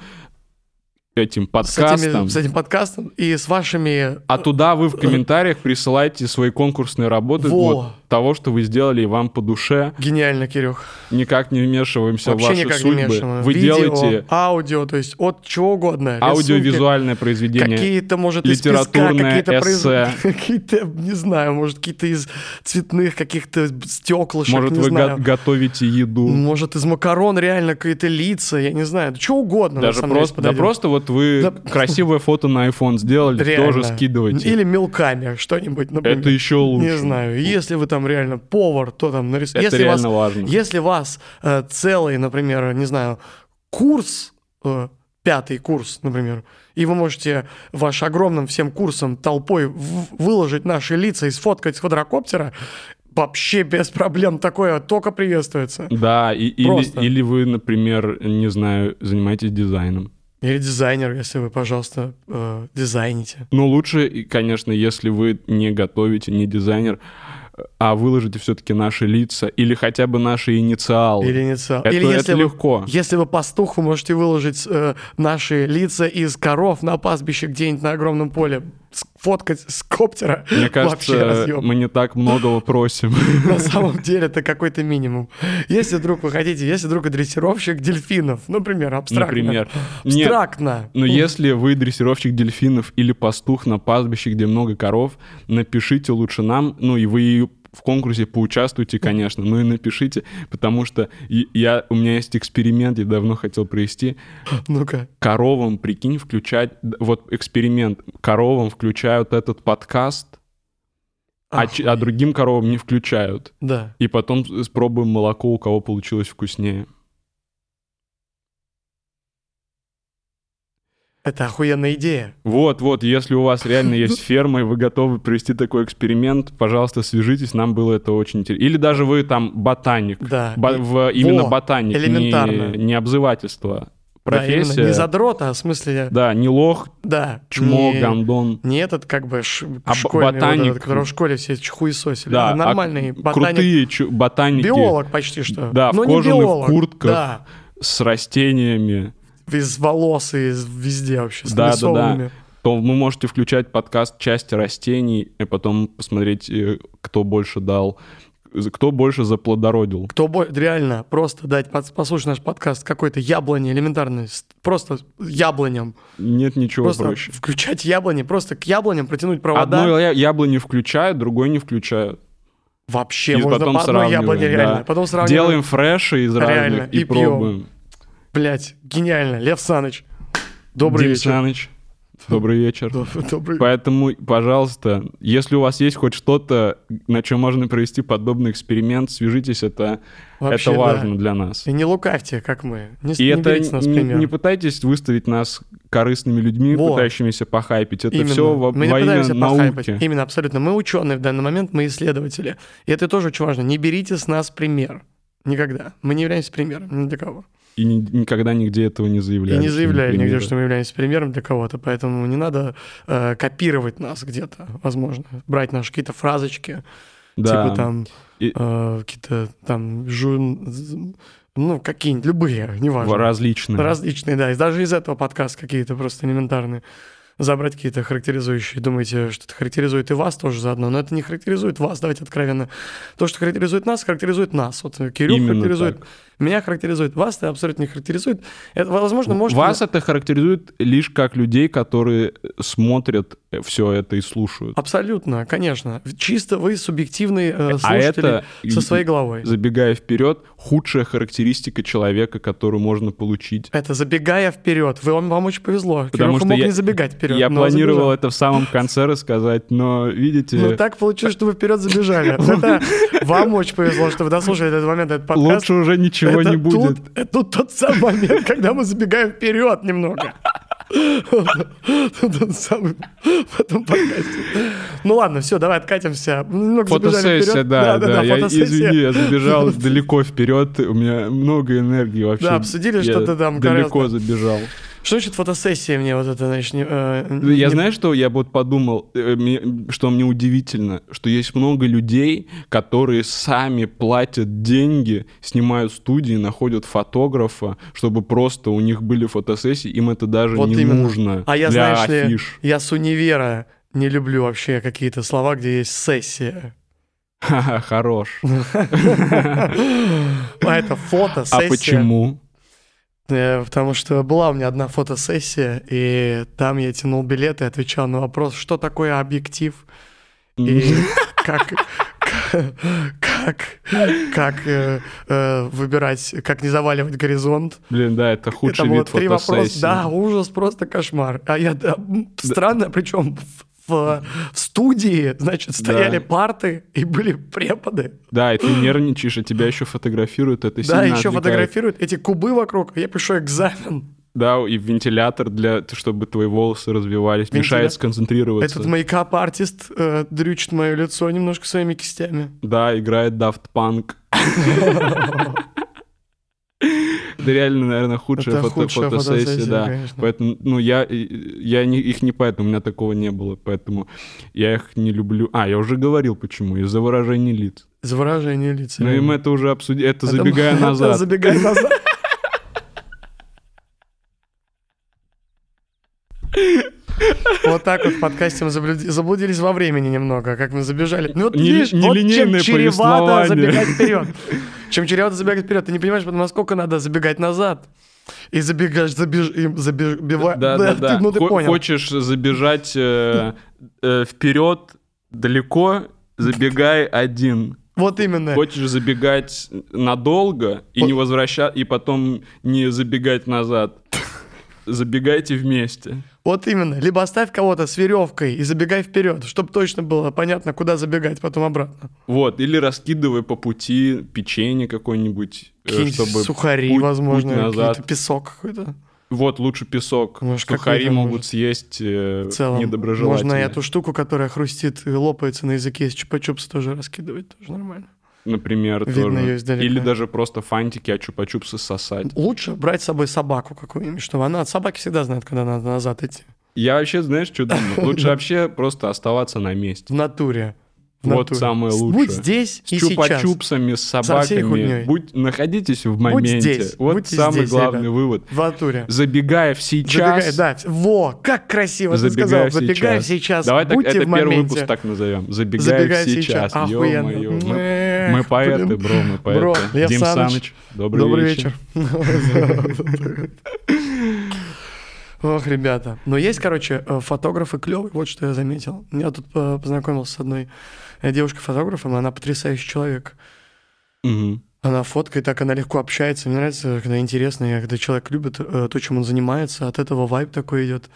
[SPEAKER 2] этим
[SPEAKER 3] С, этими,
[SPEAKER 2] подкастом.
[SPEAKER 3] с этим подкастом и с вашими...
[SPEAKER 2] А туда вы в комментариях присылайте свои конкурсные работы
[SPEAKER 3] Во.
[SPEAKER 2] вот, того, что вы сделали и вам по душе.
[SPEAKER 3] Гениально, Кирюх.
[SPEAKER 2] Никак не вмешиваемся в
[SPEAKER 3] Вообще
[SPEAKER 2] ваши
[SPEAKER 3] никак не
[SPEAKER 2] судьбы.
[SPEAKER 3] мешано.
[SPEAKER 2] Вы
[SPEAKER 3] Видео, а,
[SPEAKER 2] делаете
[SPEAKER 3] аудио, то есть от чего угодно. Рисунки,
[SPEAKER 2] аудиовизуальное произведение.
[SPEAKER 3] Какие-то, может, из песка,
[SPEAKER 2] литературное
[SPEAKER 3] какие-то, произ-
[SPEAKER 2] эссе.
[SPEAKER 3] <laughs> какие-то, не знаю, может, какие-то из цветных каких-то стеклышек,
[SPEAKER 2] Может,
[SPEAKER 3] не
[SPEAKER 2] вы го-
[SPEAKER 3] знаю. Ну,
[SPEAKER 2] готовите еду.
[SPEAKER 3] Может, из макарон реально какие-то лица, я не знаю, что угодно. на
[SPEAKER 2] Даже
[SPEAKER 3] самом деле,
[SPEAKER 2] просто, да
[SPEAKER 3] подойдет.
[SPEAKER 2] просто вот вы
[SPEAKER 3] Да.
[SPEAKER 2] красивое фото на iPhone сделали,
[SPEAKER 3] Реально.
[SPEAKER 2] тоже скидывайте.
[SPEAKER 3] Или мелками что-нибудь, например.
[SPEAKER 2] Это еще лучше.
[SPEAKER 3] Не знаю, если вы там там реально повар, то там нарисует.
[SPEAKER 2] Это
[SPEAKER 3] Если вас-
[SPEAKER 2] реально важно.
[SPEAKER 3] Если вас э, целый, например, не знаю, курс, э, пятый курс, например, и вы можете ваш огромным всем курсом толпой в- выложить наши лица и сфоткать с квадрокоптера, вообще без проблем такое только приветствуется.
[SPEAKER 2] Да, и,
[SPEAKER 3] Просто.
[SPEAKER 2] или, или вы, например, не знаю, занимаетесь дизайном.
[SPEAKER 3] Или дизайнер, если вы, пожалуйста, э, дизайните.
[SPEAKER 2] Но лучше, и, конечно, если вы не готовите, не дизайнер, а выложите все-таки наши лица или хотя бы наши инициалы.
[SPEAKER 3] Или инициал.
[SPEAKER 2] Это-
[SPEAKER 3] Или
[SPEAKER 2] это
[SPEAKER 3] если вы-
[SPEAKER 2] легко.
[SPEAKER 3] если вы пастух, вы можете выложить э, наши лица из коров на пастбище где-нибудь на огромном поле, сфоткать с коптера.
[SPEAKER 2] Мне
[SPEAKER 3] <laughs> Вообще
[SPEAKER 2] кажется,
[SPEAKER 3] разъёб.
[SPEAKER 2] мы не так многого просим. <laughs>
[SPEAKER 3] <laughs> На самом деле это какой-то минимум. Если вдруг вы хотите, если вдруг вы дрессировщик дельфинов, например, абстрактно.
[SPEAKER 2] Например. Нет.
[SPEAKER 3] Абстрактно.
[SPEAKER 2] Но если вы дрессировщик дельфинов или пастух на пастбище, где много коров, напишите лучше нам, ну и вы и в конкурсе поучаствуйте, конечно, ну и напишите, потому что и- я, у меня есть эксперимент, я давно хотел провести.
[SPEAKER 3] Ну-ка.
[SPEAKER 2] Коровам, прикинь, включать, д- вот эксперимент, коровам включают этот подкаст, а,
[SPEAKER 3] Ах,
[SPEAKER 2] ч- а другим коровам не включают.
[SPEAKER 3] Да.
[SPEAKER 2] И потом с- спробуем молоко, у кого получилось вкуснее.
[SPEAKER 3] Это охуенная идея.
[SPEAKER 2] Вот, вот, если у вас
[SPEAKER 3] <laughs>
[SPEAKER 2] реально есть ферма, и вы готовы провести такой эксперимент, пожалуйста, свяжитесь, нам было это очень интересно. Или даже вы там ботаник.
[SPEAKER 3] Да.
[SPEAKER 2] Бо-
[SPEAKER 3] И-
[SPEAKER 2] в- именно
[SPEAKER 3] Во,
[SPEAKER 2] ботаник,
[SPEAKER 3] элементарно.
[SPEAKER 2] Не, не обзывательство.
[SPEAKER 3] Да, именно.
[SPEAKER 2] Профессия. Да,
[SPEAKER 3] Не
[SPEAKER 2] не,
[SPEAKER 3] задрота, а в смысле...
[SPEAKER 2] лох,
[SPEAKER 3] Да.
[SPEAKER 2] чмо,
[SPEAKER 3] не-
[SPEAKER 2] гандон.
[SPEAKER 3] Не этот, как бы, ш-
[SPEAKER 2] А б-
[SPEAKER 3] школьный, вот
[SPEAKER 2] ботаник-
[SPEAKER 3] этот, которого в школе все чхуесосили.
[SPEAKER 2] Да,
[SPEAKER 3] а
[SPEAKER 2] а
[SPEAKER 3] нормальный
[SPEAKER 2] к-
[SPEAKER 3] ботаник.
[SPEAKER 2] Крутые чу- ботаники.
[SPEAKER 3] Биолог почти что.
[SPEAKER 2] Да, в
[SPEAKER 3] Но не
[SPEAKER 2] кожаных
[SPEAKER 3] биолог.
[SPEAKER 2] куртках.
[SPEAKER 3] Да.
[SPEAKER 2] С растениями.
[SPEAKER 3] Из волос и из везде вообще. С
[SPEAKER 2] Да, да,
[SPEAKER 3] нарисованными.
[SPEAKER 2] да. То вы можете включать подкаст «Части растений» и потом посмотреть, э, кто больше дал, за- кто больше заплодородил.
[SPEAKER 3] Кто бо- реально просто дать под- послушать наш подкаст какой-то яблони элементарной, с- просто яблоням.
[SPEAKER 2] Нет ничего
[SPEAKER 3] просто
[SPEAKER 2] проще.
[SPEAKER 3] включать яблони, просто к яблоням протянуть провода.
[SPEAKER 2] Одной я- яблони включают, другой не включают.
[SPEAKER 3] Вообще
[SPEAKER 2] и
[SPEAKER 3] можно
[SPEAKER 2] потом
[SPEAKER 3] по одной
[SPEAKER 2] сравниваем.
[SPEAKER 3] яблоне реально.
[SPEAKER 2] да.
[SPEAKER 3] Потом сравниваем.
[SPEAKER 2] Делаем фреши из
[SPEAKER 3] Реально,
[SPEAKER 2] разных и,
[SPEAKER 3] и пьем.
[SPEAKER 2] пробуем.
[SPEAKER 3] Блять, гениально. Лев Саныч. Добрый
[SPEAKER 2] Дим
[SPEAKER 3] вечер.
[SPEAKER 2] Саныч, добрый вечер.
[SPEAKER 3] Доб- <laughs> Добрый
[SPEAKER 2] Поэтому, пожалуйста, если у вас есть хоть что-то, на чем можно провести подобный эксперимент, свяжитесь, это,
[SPEAKER 3] Вообще,
[SPEAKER 2] это важно
[SPEAKER 3] да.
[SPEAKER 2] для нас.
[SPEAKER 3] И не лукавьте, как мы. Не, с-
[SPEAKER 2] И
[SPEAKER 3] не
[SPEAKER 2] это
[SPEAKER 3] берите нас в
[SPEAKER 2] не,
[SPEAKER 3] пример.
[SPEAKER 2] не пытайтесь выставить нас корыстными людьми,
[SPEAKER 3] Во.
[SPEAKER 2] пытающимися похайпить. Это
[SPEAKER 3] Именно.
[SPEAKER 2] все во,
[SPEAKER 3] мы не
[SPEAKER 2] во имя
[SPEAKER 3] пытаемся похайпать.
[SPEAKER 2] науки.
[SPEAKER 3] Именно, абсолютно. Мы ученые в данный момент, мы исследователи. И это тоже очень важно. Не берите с нас пример. Никогда. Мы не являемся примером ни для кого.
[SPEAKER 2] И ни- никогда нигде этого не
[SPEAKER 3] И
[SPEAKER 2] заявляли.
[SPEAKER 3] не заявляли
[SPEAKER 2] например.
[SPEAKER 3] нигде, что мы являемся примером для кого-то, поэтому не надо э, копировать нас где-то, возможно. Брать наши какие-то фразочки,
[SPEAKER 2] Да.
[SPEAKER 3] типа там
[SPEAKER 2] И-
[SPEAKER 3] э, какие-то там жун... з- Ну, какие-нибудь, любые, неважно.
[SPEAKER 2] Различные.
[SPEAKER 3] Различные, да. И даже из этого подкаста какие-то просто элементарные. Забрать какие-то характеризующие. Думаете, что это характеризует и вас тоже заодно, но это не характеризует вас, давайте откровенно. То, что характеризует нас, характеризует нас. Вот э, Кирюх
[SPEAKER 2] Именно
[SPEAKER 3] характеризует,
[SPEAKER 2] так.
[SPEAKER 3] меня характеризует, вас это абсолютно не характеризует. Это, возможно, может...
[SPEAKER 2] Вас это характеризует лишь как людей, которые смотрят все это и слушают.
[SPEAKER 3] Абсолютно, конечно. Чисто вы субъективный э,
[SPEAKER 2] А
[SPEAKER 3] слушатель
[SPEAKER 2] это-
[SPEAKER 3] со своей головой.
[SPEAKER 2] Забегая вперед, худшая характеристика человека, которую можно получить.
[SPEAKER 3] Это забегая вперед. Вы, вам, вам очень повезло. Кирюха мог
[SPEAKER 2] я,
[SPEAKER 3] не забегать вперед.
[SPEAKER 2] я
[SPEAKER 3] но
[SPEAKER 2] планировал
[SPEAKER 3] ну, забежал.
[SPEAKER 2] это в самом конце рассказать, но видите,
[SPEAKER 3] Ну так получилось, что вы
[SPEAKER 2] <laughs>
[SPEAKER 3] вперед забежали. Вот Это вам очень повезло, что вы дослушали этот момент, этот подкаст.
[SPEAKER 2] лучше уже ничего
[SPEAKER 3] Это
[SPEAKER 2] не будет.
[SPEAKER 3] Тут, это тут тот самый момент, когда мы забегаем вперед немного. Тут тот самый в этом подкасте. Ну ладно, все, давай откатимся. Немного забежали
[SPEAKER 2] Фотосессия,
[SPEAKER 3] вперед.
[SPEAKER 2] да, да, я,
[SPEAKER 3] фотосессия.
[SPEAKER 2] извини, я
[SPEAKER 3] <laughs>
[SPEAKER 2] забежал далеко вперед, у меня много энергии вообще.
[SPEAKER 3] Да, обсудили,
[SPEAKER 2] Я
[SPEAKER 3] что ты там
[SPEAKER 2] далеко
[SPEAKER 3] корыстно.
[SPEAKER 2] забежал.
[SPEAKER 3] Что значит фотосессия мне вот это, значит, не- э,
[SPEAKER 2] Ну, Я
[SPEAKER 3] не-
[SPEAKER 2] знаю, что я вот подумал, э, мне- что мне удивительно, что есть много людей, которые сами платят деньги, снимают студии, находят фотографа, чтобы просто у них были фотосессии, им это даже
[SPEAKER 3] Вот
[SPEAKER 2] не
[SPEAKER 3] именно.
[SPEAKER 2] нужно
[SPEAKER 3] А я,
[SPEAKER 2] для
[SPEAKER 3] знаешь ли,
[SPEAKER 2] афиш.
[SPEAKER 3] я с универа не люблю вообще какие-то слова, где есть сессия.
[SPEAKER 2] Ха-ха, хорош.
[SPEAKER 3] А это
[SPEAKER 2] <laughs>
[SPEAKER 3] фото,
[SPEAKER 2] А
[SPEAKER 3] сессия.
[SPEAKER 2] почему?
[SPEAKER 3] Э, Потому что была у меня одна фотосессия, и там я тянул билеты и отвечал на вопрос, что такое объектив
[SPEAKER 2] <laughs>
[SPEAKER 3] и как, к- как, как э, э, выбирать, как не заваливать горизонт.
[SPEAKER 2] Блин, да, это
[SPEAKER 3] И
[SPEAKER 2] худший
[SPEAKER 3] там было
[SPEAKER 2] вид
[SPEAKER 3] три вопроса.
[SPEAKER 2] фотосессии.
[SPEAKER 3] Да, ужас, просто кошмар. А я да, м, странно, причем в, в студии, значит, стояли
[SPEAKER 2] Да.
[SPEAKER 3] парты и были преподы.
[SPEAKER 2] Да, и ты нервничаешь, а тебя еще фотографируют, это
[SPEAKER 3] да,
[SPEAKER 2] сильно
[SPEAKER 3] еще
[SPEAKER 2] отвлекает.
[SPEAKER 3] фотографируют эти кубы вокруг. а Я пишу экзамен.
[SPEAKER 2] Да, и вентилятор, для, чтобы твои волосы развивались, мешает
[SPEAKER 3] Вентилятор.
[SPEAKER 2] сконцентрироваться.
[SPEAKER 3] Этот мейкап-артист э, дрючит мое лицо немножко своими кистями.
[SPEAKER 2] Да, играет Daft Punk. Это реально, наверное, худшая,
[SPEAKER 3] Это
[SPEAKER 2] фото-
[SPEAKER 3] худшая
[SPEAKER 2] фотосессия,
[SPEAKER 3] фотосессия,
[SPEAKER 2] да.
[SPEAKER 3] конечно.
[SPEAKER 2] Поэтому, ну, я, я не- их не поэтому, у меня такого не было, поэтому я их не люблю. А, я уже говорил, почему, из-за выражений лиц.
[SPEAKER 3] За выражение лица.
[SPEAKER 2] Ну, и мы это уже обсудили, это
[SPEAKER 3] Это-
[SPEAKER 2] забегая <laughs>
[SPEAKER 3] <laughs> это
[SPEAKER 2] назад.
[SPEAKER 3] Забегая назад. Вот так вот в подкасте мы заблуди- заблудились во времени немного, как мы забежали. Ну вот
[SPEAKER 2] Не-
[SPEAKER 3] видишь, вот чем
[SPEAKER 2] нелинейное
[SPEAKER 3] чревато
[SPEAKER 2] повествование. <laughs>
[SPEAKER 3] забегать вперед. Чем чревато забегать вперед. Ты не понимаешь, потом, насколько надо забегать назад. И забегаешь, забеж... и забиваешь.
[SPEAKER 2] Да, да, да.
[SPEAKER 3] Ну ты
[SPEAKER 2] Хо-
[SPEAKER 3] понял.
[SPEAKER 2] Хочешь забежать э, э, вперед далеко, забегай один.
[SPEAKER 3] Вот
[SPEAKER 2] <laughs>
[SPEAKER 3] именно.
[SPEAKER 2] Хочешь забегать надолго и
[SPEAKER 3] Вот.
[SPEAKER 2] не возвращать, и потом не забегать
[SPEAKER 3] <laughs>
[SPEAKER 2] назад. Забегайте вместе.
[SPEAKER 3] Вот именно. Либо оставь кого-то с веревкой и забегай вперед, чтобы точно было понятно, куда забегать, потом обратно.
[SPEAKER 2] Вот, или раскидывай по пути печенье какое-нибудь, э,
[SPEAKER 3] Какие-нибудь
[SPEAKER 2] чтобы
[SPEAKER 3] сухари,
[SPEAKER 2] путь- путь
[SPEAKER 3] возможно,
[SPEAKER 2] назад.
[SPEAKER 3] какие-то песок какой-то.
[SPEAKER 2] Вот, лучше песок.
[SPEAKER 3] Может,
[SPEAKER 2] сухари
[SPEAKER 3] какой-то,
[SPEAKER 2] могут
[SPEAKER 3] может.
[SPEAKER 2] съесть э,
[SPEAKER 3] В целом,
[SPEAKER 2] недоброжелатели.
[SPEAKER 3] можно эту штуку, которая хрустит и лопается на языке из чупа-чупса, тоже раскидывать, тоже нормально.
[SPEAKER 2] Например,
[SPEAKER 3] Видно
[SPEAKER 2] тоже.
[SPEAKER 3] её издалека.
[SPEAKER 2] Или даже просто фантики, а чупа-чупсы сосать.
[SPEAKER 3] Лучше брать с собой собаку какую-нибудь, чтобы она от собаки всегда знает, когда надо назад идти.
[SPEAKER 2] Я вообще, знаешь, что думаю? Лучше вообще просто оставаться на месте.
[SPEAKER 3] В натуре. В
[SPEAKER 2] Вот
[SPEAKER 3] натуре.
[SPEAKER 2] самое
[SPEAKER 3] С-
[SPEAKER 2] лучшее.
[SPEAKER 3] Будь здесь
[SPEAKER 2] С
[SPEAKER 3] и сейчас.
[SPEAKER 2] чупа-чупсами, с
[SPEAKER 3] Со всей
[SPEAKER 2] собаками.
[SPEAKER 3] хуйней.
[SPEAKER 2] Будь, находитесь в моменте.
[SPEAKER 3] здесь,
[SPEAKER 2] Вот
[SPEAKER 3] будьте
[SPEAKER 2] самый
[SPEAKER 3] здесь,
[SPEAKER 2] главный
[SPEAKER 3] ребят.
[SPEAKER 2] вывод.
[SPEAKER 3] В натуре.
[SPEAKER 2] Забегая в сейчас.
[SPEAKER 3] Забегай, да. Во, как красиво ты сказал.
[SPEAKER 2] забегая в
[SPEAKER 3] Забегай сейчас.
[SPEAKER 2] Давай так,
[SPEAKER 3] будьте
[SPEAKER 2] это
[SPEAKER 3] в
[SPEAKER 2] первый
[SPEAKER 3] моменте.
[SPEAKER 2] выпуск так назовем. Забегая,
[SPEAKER 3] Забегай
[SPEAKER 2] в сейчас.
[SPEAKER 3] сейчас. Охуенно.
[SPEAKER 2] Ё-моё. Мы,
[SPEAKER 3] Эх,
[SPEAKER 2] мы поэты,
[SPEAKER 3] блин.
[SPEAKER 2] бро, мы поэты.
[SPEAKER 3] Бро, Лев
[SPEAKER 2] Дим
[SPEAKER 3] Саныч,
[SPEAKER 2] Саныч, добрый,
[SPEAKER 3] Добрый
[SPEAKER 2] вечер.
[SPEAKER 3] вечер. Ох, ребята. Но есть, короче, э, фотографы клевые. Вот что я заметил. Я тут э, познакомился с одной э, девушкой-фотографом. Она потрясающий человек.
[SPEAKER 2] Мгм.
[SPEAKER 3] Она фоткает, так она легко общается. Мне нравится, когда интересно, и когда человек любит э, то, чем он занимается, от этого вайб такой идет.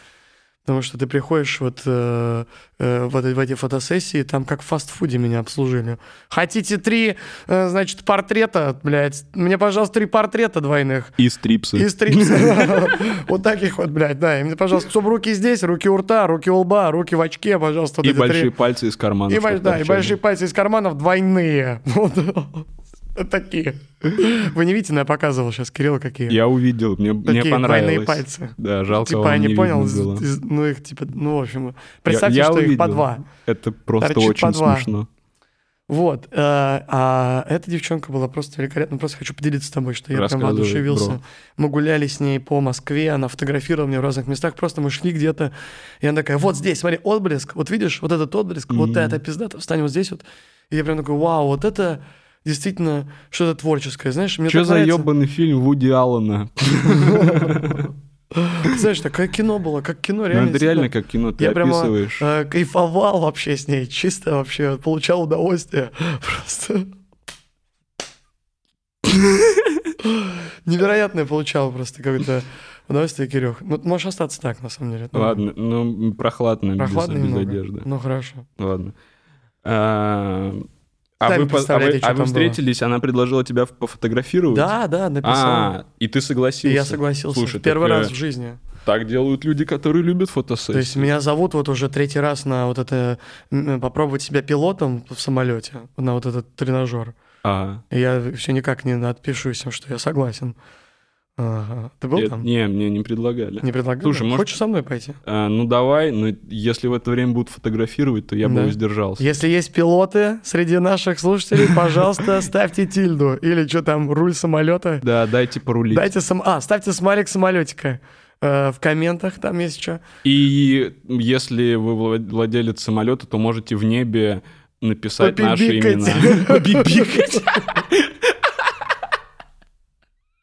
[SPEAKER 3] Потому что ты приходишь вот э, э, в, это- в эти фотосессии, там как в фастфуде меня обслужили. Хотите три, э, значит, портрета, блядь? Мне, пожалуйста, три портрета двойных.
[SPEAKER 2] И стрипсы.
[SPEAKER 3] И стрипсы. <laughs> Вот таких вот, блядь, да. И мне, пожалуйста, чтобы руки здесь, руки у рта, руки у лба, руки в очке, пожалуйста. вот
[SPEAKER 2] И
[SPEAKER 3] эти три.
[SPEAKER 2] большие пальцы из карманов.
[SPEAKER 3] И,
[SPEAKER 2] чтоб
[SPEAKER 3] больш- да, и
[SPEAKER 2] торчали.
[SPEAKER 3] большие пальцы из карманов двойные. <laughs> Вот. Такие. Вы не видите, но я показывал сейчас Кириллу какие.
[SPEAKER 2] Я увидел, мне, мне
[SPEAKER 3] Такие
[SPEAKER 2] понравилось.
[SPEAKER 3] двойные пальцы.
[SPEAKER 2] Да, жалко,
[SPEAKER 3] Типа,
[SPEAKER 2] вам
[SPEAKER 3] я
[SPEAKER 2] не,
[SPEAKER 3] не
[SPEAKER 2] видно
[SPEAKER 3] понял, из-
[SPEAKER 2] было.
[SPEAKER 3] из- ну их типа, ну в общем, представьте,
[SPEAKER 2] Я- я
[SPEAKER 3] что их по
[SPEAKER 2] увидел.
[SPEAKER 3] два.
[SPEAKER 2] Это просто
[SPEAKER 3] Торчит по
[SPEAKER 2] очень
[SPEAKER 3] два.
[SPEAKER 2] смешно.
[SPEAKER 3] Вот. э, А эта девчонка была просто великолепна. Ну, Просто хочу поделиться с тобой, что я прям
[SPEAKER 2] Рассказывай,
[SPEAKER 3] воодушевился.
[SPEAKER 2] бро.
[SPEAKER 3] Мы гуляли с ней по Москве, она фотографировала меня в разных местах. Просто мы шли где-то, и она такая, вот здесь, смотри, отблеск, вот видишь, вот этот отблеск, вот эта пиздата, встань вот здесь вот. И я прям такой, вау, вот это действительно что-то творческое, знаешь, мне
[SPEAKER 2] Что
[SPEAKER 3] так
[SPEAKER 2] за
[SPEAKER 3] нравится.
[SPEAKER 2] ебаный фильм Вуди Аллена?
[SPEAKER 3] Знаешь, такое кино было, как кино,
[SPEAKER 2] Ну,
[SPEAKER 3] реально.
[SPEAKER 2] это реально
[SPEAKER 3] действительно.
[SPEAKER 2] как кино, ты
[SPEAKER 3] Я прямо
[SPEAKER 2] описываешь.
[SPEAKER 3] э, кайфовал вообще с ней, чисто вообще, получал удовольствие. <laughs> Просто... Невероятное получал просто какое-то удовольствие, Кирюх. Ну, ты можешь остаться так, на самом деле. это
[SPEAKER 2] Ладно, ну, прохладно, без-
[SPEAKER 3] Прохладно
[SPEAKER 2] без,
[SPEAKER 3] немного.
[SPEAKER 2] одежды.
[SPEAKER 3] Ну, хорошо.
[SPEAKER 2] Ладно. А, а
[SPEAKER 3] Сами
[SPEAKER 2] вы, по- а вы,
[SPEAKER 3] представляете,
[SPEAKER 2] а
[SPEAKER 3] что
[SPEAKER 2] вы
[SPEAKER 3] там было.
[SPEAKER 2] встретились, она предложила тебя ф- пофотографировать?
[SPEAKER 3] Да, да, написал.
[SPEAKER 2] А, и ты
[SPEAKER 3] И
[SPEAKER 2] согласился?
[SPEAKER 3] я согласился.
[SPEAKER 2] Слушай,
[SPEAKER 3] Первый
[SPEAKER 2] так, э,
[SPEAKER 3] раз в жизни.
[SPEAKER 2] Так делают люди, которые любят фотосессии.
[SPEAKER 3] То есть меня зовут вот уже третий раз на вот это... м, Попробовать себя пилотом в самолете, на вот этот тренажер.
[SPEAKER 2] А,
[SPEAKER 3] И Я все никак не отпишусь, им, что я согласен. Ага. Ты был
[SPEAKER 2] нет,
[SPEAKER 3] там?
[SPEAKER 2] не, мне не предлагали.
[SPEAKER 3] Не предлагал?
[SPEAKER 2] Слушай, может-
[SPEAKER 3] Хочешь со мной пойти?
[SPEAKER 2] А, ну давай, но если в это время будут фотографировать, то я бы
[SPEAKER 3] Да.
[SPEAKER 2] воздержался.
[SPEAKER 3] Если есть пилоты среди наших слушателей,
[SPEAKER 2] <laughs>
[SPEAKER 3] пожалуйста, ставьте тильду. Или что там, руль самолета.
[SPEAKER 2] Да, дайте порулить.
[SPEAKER 3] Дайте сам... А, ставьте смайлик самолетика. э, В комментах там есть что.
[SPEAKER 2] И если вы вла- владелец самолета, то можете в небе написать наши
[SPEAKER 3] Побибикать. <laughs>
[SPEAKER 2] имена. Побибикать.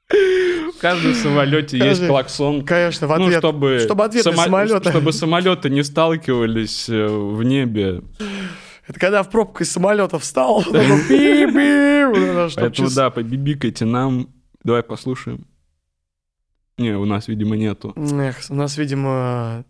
[SPEAKER 2] В каждом самолете есть
[SPEAKER 3] Каждый-
[SPEAKER 2] клаксон.
[SPEAKER 3] Конечно, в
[SPEAKER 2] Ну,
[SPEAKER 3] ответ.
[SPEAKER 2] чтобы,
[SPEAKER 3] ответы
[SPEAKER 2] само-
[SPEAKER 3] самолета.
[SPEAKER 2] чтобы самолеты не сталкивались э, в небе.
[SPEAKER 3] Это когда в пробку из
[SPEAKER 2] <laughs>
[SPEAKER 3] самолета встал, вот <laughs> это пи-пи, вот это, чтоб
[SPEAKER 2] Поэтому
[SPEAKER 3] чис-
[SPEAKER 2] да, побибикайте нам. Давай послушаем. Не, у нас, видимо, нету.
[SPEAKER 3] Эх, у нас, видимо,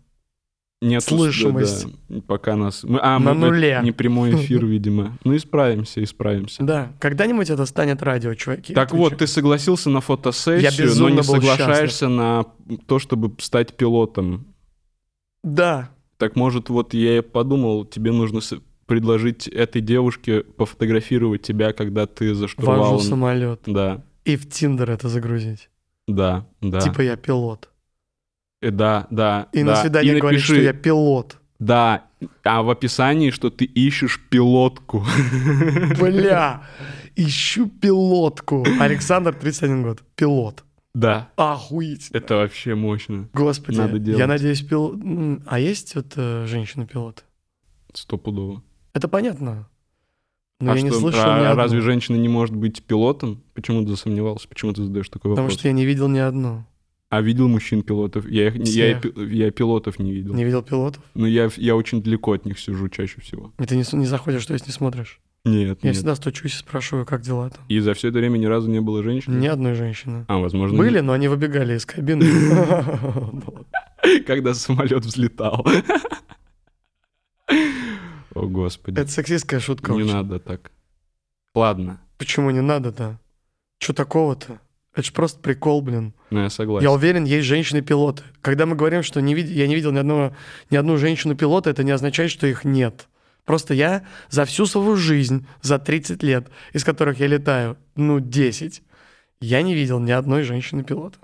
[SPEAKER 2] Нет,
[SPEAKER 3] Слышимость.
[SPEAKER 2] да, да. Пока нас... мы- а,
[SPEAKER 3] На
[SPEAKER 2] мы- это
[SPEAKER 3] нуле.
[SPEAKER 2] Не прямой
[SPEAKER 3] <laughs>
[SPEAKER 2] эфир, видимо. Ну, исправимся, исправимся.
[SPEAKER 3] Да, когда-нибудь это станет радио, чуваки.
[SPEAKER 2] Так вот, ты
[SPEAKER 3] отвечаю.
[SPEAKER 2] согласился на
[SPEAKER 3] Я
[SPEAKER 2] фотосессию, но
[SPEAKER 3] безумно
[SPEAKER 2] не
[SPEAKER 3] был
[SPEAKER 2] соглашаешься на то, чтобы стать пилотом.
[SPEAKER 3] Да,
[SPEAKER 2] Так может, вот я и подумал, тебе нужно с- предложить этой девушке пофотографировать тебя, когда ты за
[SPEAKER 3] вожу
[SPEAKER 2] штурвалом.
[SPEAKER 3] самолет.
[SPEAKER 2] Да,
[SPEAKER 3] И в Тиндер это загрузить.
[SPEAKER 2] да, да.
[SPEAKER 3] Типа я пилот.
[SPEAKER 2] Э, Да, да.
[SPEAKER 3] И на
[SPEAKER 2] да.
[SPEAKER 3] свидание
[SPEAKER 2] И
[SPEAKER 3] говорить, что
[SPEAKER 2] напиши,
[SPEAKER 3] я пилот.
[SPEAKER 2] Да, а в описании, что ты ищешь пилотку. <laughs>
[SPEAKER 3] Бля, ищу пилотку. Александр, 31 год. Пилот.
[SPEAKER 2] Да,
[SPEAKER 3] Охуеть.
[SPEAKER 2] это вообще мощно.
[SPEAKER 3] Господи,
[SPEAKER 2] надо
[SPEAKER 3] я
[SPEAKER 2] делать.
[SPEAKER 3] надеюсь, пилот... М, А есть вот э, женщина-пилот?
[SPEAKER 2] Стопудово.
[SPEAKER 3] Это понятно. Но
[SPEAKER 2] а
[SPEAKER 3] Ну, я
[SPEAKER 2] что,
[SPEAKER 3] не слышал
[SPEAKER 2] а
[SPEAKER 3] ни одну.
[SPEAKER 2] разве женщина не может быть пилотом? Почему ты засомневался? Почему ты задаешь такой
[SPEAKER 3] Потому
[SPEAKER 2] вопрос?
[SPEAKER 3] что я не видел ни одну.
[SPEAKER 2] А видел мужчин-пилотов? Я, их, я, и
[SPEAKER 3] Всех.
[SPEAKER 2] пи- я и пилотов не видел.
[SPEAKER 3] Не видел пилотов?
[SPEAKER 2] Но я, я очень далеко от них сижу чаще всего.
[SPEAKER 3] И ты не, с- не заходишь, то есть не смотришь.
[SPEAKER 2] Нет,
[SPEAKER 3] Я
[SPEAKER 2] нет.
[SPEAKER 3] всегда стучусь и спрашиваю, как дела там.
[SPEAKER 2] И за все это время ни разу не было женщин?
[SPEAKER 3] Ни одной женщины.
[SPEAKER 2] А, возможно,
[SPEAKER 3] Были, но они выбегали из кабины. <laughs>
[SPEAKER 2] не- <laughs> когда самолет взлетал. О, Господи.
[SPEAKER 3] Это сексистская шутка.
[SPEAKER 2] Не
[SPEAKER 3] очень.
[SPEAKER 2] надо так. Ладно,
[SPEAKER 3] Почему не надо-то? Че такого-то? Это же просто прикол, блин.
[SPEAKER 2] ну я согласен.
[SPEAKER 3] Я уверен, есть женщины-пилоты. Когда мы говорим, что не вид- я не видел ни, одного, ни одну женщину-пилота, это не означает, что их нет. Просто я за всю свою жизнь, за 30 лет, из которых я летаю, ну, 10, я не видел ни одной женщины-пилота.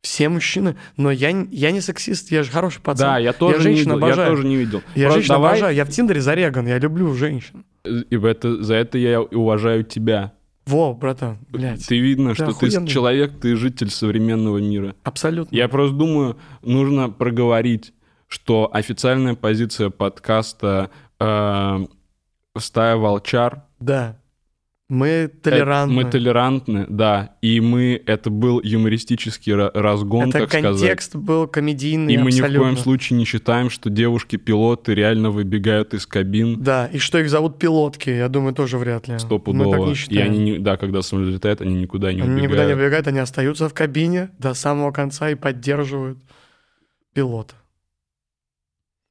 [SPEAKER 3] Все мужчины, но я, н- я не сексист, я же хороший пацан.
[SPEAKER 2] Да, я тоже, не
[SPEAKER 3] женщин
[SPEAKER 2] видел, я
[SPEAKER 3] обожаю.
[SPEAKER 2] тоже не видел.
[SPEAKER 3] Я
[SPEAKER 2] Просто
[SPEAKER 3] женщин
[SPEAKER 2] давай-
[SPEAKER 3] обожаю, я в Тиндере зареган, я люблю женщин.
[SPEAKER 2] И в это, за это я и уважаю тебя.
[SPEAKER 3] Во, братан, блядь,
[SPEAKER 2] Ты видно, что
[SPEAKER 3] охуенный.
[SPEAKER 2] ты человек, ты житель современного мира.
[SPEAKER 3] абсолютно.
[SPEAKER 2] Я просто думаю, нужно проговорить, что официальная позиция подкаста э, «Стая волчар»
[SPEAKER 3] Да. Мы
[SPEAKER 2] э,
[SPEAKER 3] толерантны.
[SPEAKER 2] Мы толерантны, да. И мы... Это был юмористический ра- разгон,
[SPEAKER 3] Это
[SPEAKER 2] так сказать.
[SPEAKER 3] контекст был комедийный
[SPEAKER 2] И мы ни в
[SPEAKER 3] абсолютно.
[SPEAKER 2] коем случае не считаем, что девушки-пилоты реально выбегают из кабин
[SPEAKER 3] Да, и что их зовут пилотки, я думаю, тоже вряд ли. Мы так
[SPEAKER 2] стопудово.
[SPEAKER 3] не
[SPEAKER 2] И
[SPEAKER 3] считаем.
[SPEAKER 2] они, не- да, когда самолет летает, они никуда не
[SPEAKER 3] Они
[SPEAKER 2] убегают.
[SPEAKER 3] никуда не убегают, они остаются в кабине до самого конца и поддерживают пилота.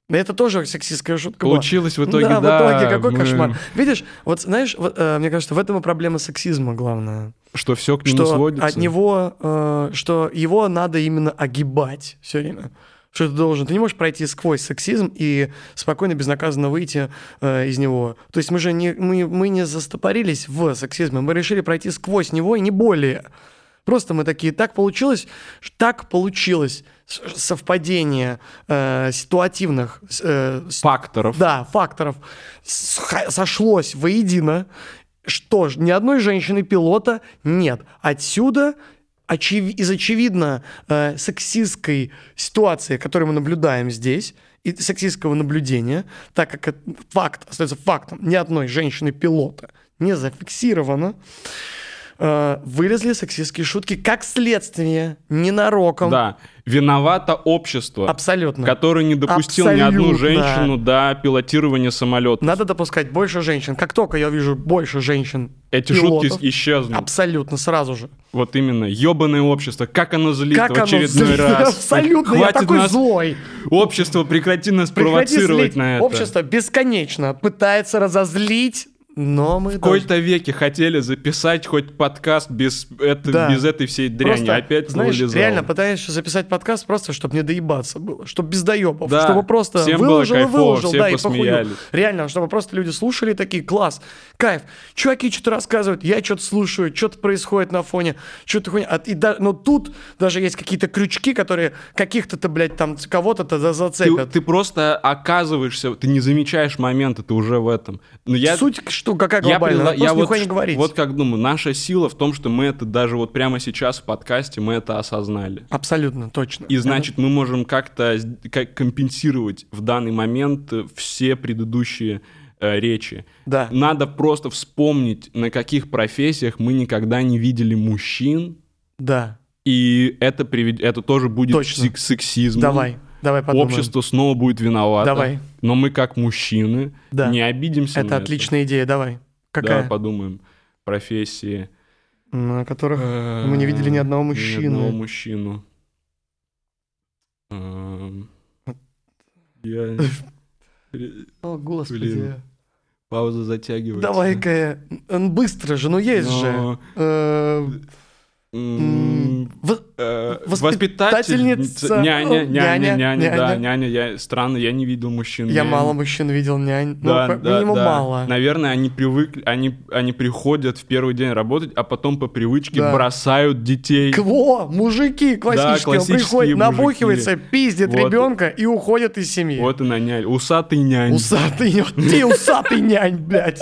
[SPEAKER 3] Но Это тоже сексистская шутка была. Ну
[SPEAKER 2] Получилось в итоге,
[SPEAKER 3] да,
[SPEAKER 2] да.
[SPEAKER 3] в итоге какой
[SPEAKER 2] мы-
[SPEAKER 3] кошмар. Видишь, вот знаешь, вот, э, мне кажется, в этом и проблема сексизма главная.
[SPEAKER 2] Что все к нему
[SPEAKER 3] что
[SPEAKER 2] сводится.
[SPEAKER 3] от него, э, что его надо именно огибать все время. Что ты должен. Ты не можешь пройти сквозь сексизм и спокойно, безнаказанно выйти э, из него. То есть мы же не, мы, мы не застопорились в сексизме, мы решили пройти сквозь него и не более. Просто мы такие, так получилось, ш- так получилось С- совпадение э, ситуативных с- э, с-
[SPEAKER 2] Факторов.
[SPEAKER 3] да, факторов сха- сошлось воедино, что ж, ни одной женщины-пилота нет. Отсюда очев- из очевидно э, сексистской ситуации, которую мы наблюдаем здесь, и сексистского наблюдения, так как это факт остается фактом, ни одной женщины-пилота не зафиксировано, э, вылезли сексистские шутки как следствие, ненароком.
[SPEAKER 2] Да. Виновато общество,
[SPEAKER 3] А Абсолютно.
[SPEAKER 2] которое не допустило ни
[SPEAKER 3] Абсолютно.
[SPEAKER 2] одну женщину до пилотирования самолета.
[SPEAKER 3] Надо допускать больше женщин. Как только я вижу больше женщин,
[SPEAKER 2] Эти
[SPEAKER 3] пилотов,
[SPEAKER 2] шутки исчезнут.
[SPEAKER 3] абсолютно сразу же.
[SPEAKER 2] Вот именно. Ёбаное общество. Как оно залито
[SPEAKER 3] Как
[SPEAKER 2] в
[SPEAKER 3] оно
[SPEAKER 2] очередной
[SPEAKER 3] злит? <laughs>
[SPEAKER 2] раз.
[SPEAKER 3] Абсолютно, я
[SPEAKER 2] Хватит
[SPEAKER 3] такой
[SPEAKER 2] нас...
[SPEAKER 3] злой.
[SPEAKER 2] Общество, прекрати нас
[SPEAKER 3] Прекрати
[SPEAKER 2] провоцировать
[SPEAKER 3] злить.
[SPEAKER 2] на это.
[SPEAKER 3] Общество бесконечно пытается разозлить, но мы
[SPEAKER 2] В какой-то веке хотели записать хоть подкаст без, это,
[SPEAKER 3] Да.
[SPEAKER 2] без этой всей дряни.
[SPEAKER 3] Просто,
[SPEAKER 2] Опять
[SPEAKER 3] знаешь,
[SPEAKER 2] вылезало.
[SPEAKER 3] реально пытаешься записать подкаст просто, чтобы не доебаться было, чтобы без доебов,
[SPEAKER 2] Да,
[SPEAKER 3] чтобы просто
[SPEAKER 2] всем было
[SPEAKER 3] выложил и
[SPEAKER 2] кайфово,
[SPEAKER 3] выложил,
[SPEAKER 2] все
[SPEAKER 3] да, и похуел.
[SPEAKER 2] посмеялись.
[SPEAKER 3] Реально, чтобы просто люди слушали и такие, класс, кайф, чуваки что-то рассказывают, я что-то слушаю, что-то происходит на фоне, что-то хуйня. А, и да- но тут даже есть какие-то крючки, которые каких-то-то, блядь, там кого-то-то за-
[SPEAKER 2] ты,
[SPEAKER 3] зацепят.
[SPEAKER 2] ты просто оказываешься, ты не замечаешь момента, ты уже в этом. Но я,
[SPEAKER 3] Суть, что какая
[SPEAKER 2] я
[SPEAKER 3] глобальная,
[SPEAKER 2] предла-
[SPEAKER 3] надо
[SPEAKER 2] я
[SPEAKER 3] просто
[SPEAKER 2] вот,
[SPEAKER 3] нихуя не
[SPEAKER 2] ш-
[SPEAKER 3] говорить.
[SPEAKER 2] вот как думаю, наша сила в том, что мы это даже вот прямо сейчас в подкасте мы это осознали.
[SPEAKER 3] Абсолютно, точно.
[SPEAKER 2] И значит, мы можем как-то с- как компенсировать в данный момент э, все предыдущие э, речи.
[SPEAKER 3] Да.
[SPEAKER 2] Надо просто вспомнить, на каких профессиях мы никогда не видели мужчин,
[SPEAKER 3] Да,
[SPEAKER 2] и это, привед... это тоже будет
[SPEAKER 3] Точно.
[SPEAKER 2] сек- сексизмом.
[SPEAKER 3] давай, давай подумаем.
[SPEAKER 2] Общество снова будет виновато.
[SPEAKER 3] Давай.
[SPEAKER 2] Но мы как мужчины
[SPEAKER 3] Да.
[SPEAKER 2] не обидимся. на
[SPEAKER 3] Это отличная идея, давай. Какая?
[SPEAKER 2] Давай подумаем. Профессии.
[SPEAKER 3] На которых
[SPEAKER 2] Мы
[SPEAKER 3] не видели ни одного мужчины.
[SPEAKER 2] Ни одного мужчину. Эм,
[SPEAKER 3] <laughs>
[SPEAKER 2] Я...
[SPEAKER 3] О, господи.
[SPEAKER 2] Блин, Пауза затягивается.
[SPEAKER 3] Давай-ка, н- быстро же, ну есть же.
[SPEAKER 2] Но,
[SPEAKER 3] Э,
[SPEAKER 2] м,
[SPEAKER 3] м, в-
[SPEAKER 2] э,
[SPEAKER 3] воспитательница,
[SPEAKER 2] Воспитательница. Няня,
[SPEAKER 3] ну,
[SPEAKER 2] няня,
[SPEAKER 3] няня,
[SPEAKER 2] няня, да,
[SPEAKER 3] няня.
[SPEAKER 2] няня. Я Странно, я не видел мужчин.
[SPEAKER 3] Я
[SPEAKER 2] нянь.
[SPEAKER 3] мало мужчин видел нянь. Ну,
[SPEAKER 2] Да,
[SPEAKER 3] как
[SPEAKER 2] да,
[SPEAKER 3] минимум
[SPEAKER 2] да.
[SPEAKER 3] мало.
[SPEAKER 2] Наверное, они привыкли, они, они приходят в первый день работать, а потом по привычке
[SPEAKER 3] Да.
[SPEAKER 2] бросают детей.
[SPEAKER 3] Кво, мужики классические, он
[SPEAKER 2] классические
[SPEAKER 3] приходит,
[SPEAKER 2] мужики.
[SPEAKER 3] набухивается, пиздит
[SPEAKER 2] Вот.
[SPEAKER 3] ребенка и уходит из семьи.
[SPEAKER 2] Вот и наняли. Усатый нянь.
[SPEAKER 3] Усатый, нянь.
[SPEAKER 2] <laughs>
[SPEAKER 3] Ты усатый нянь, блядь.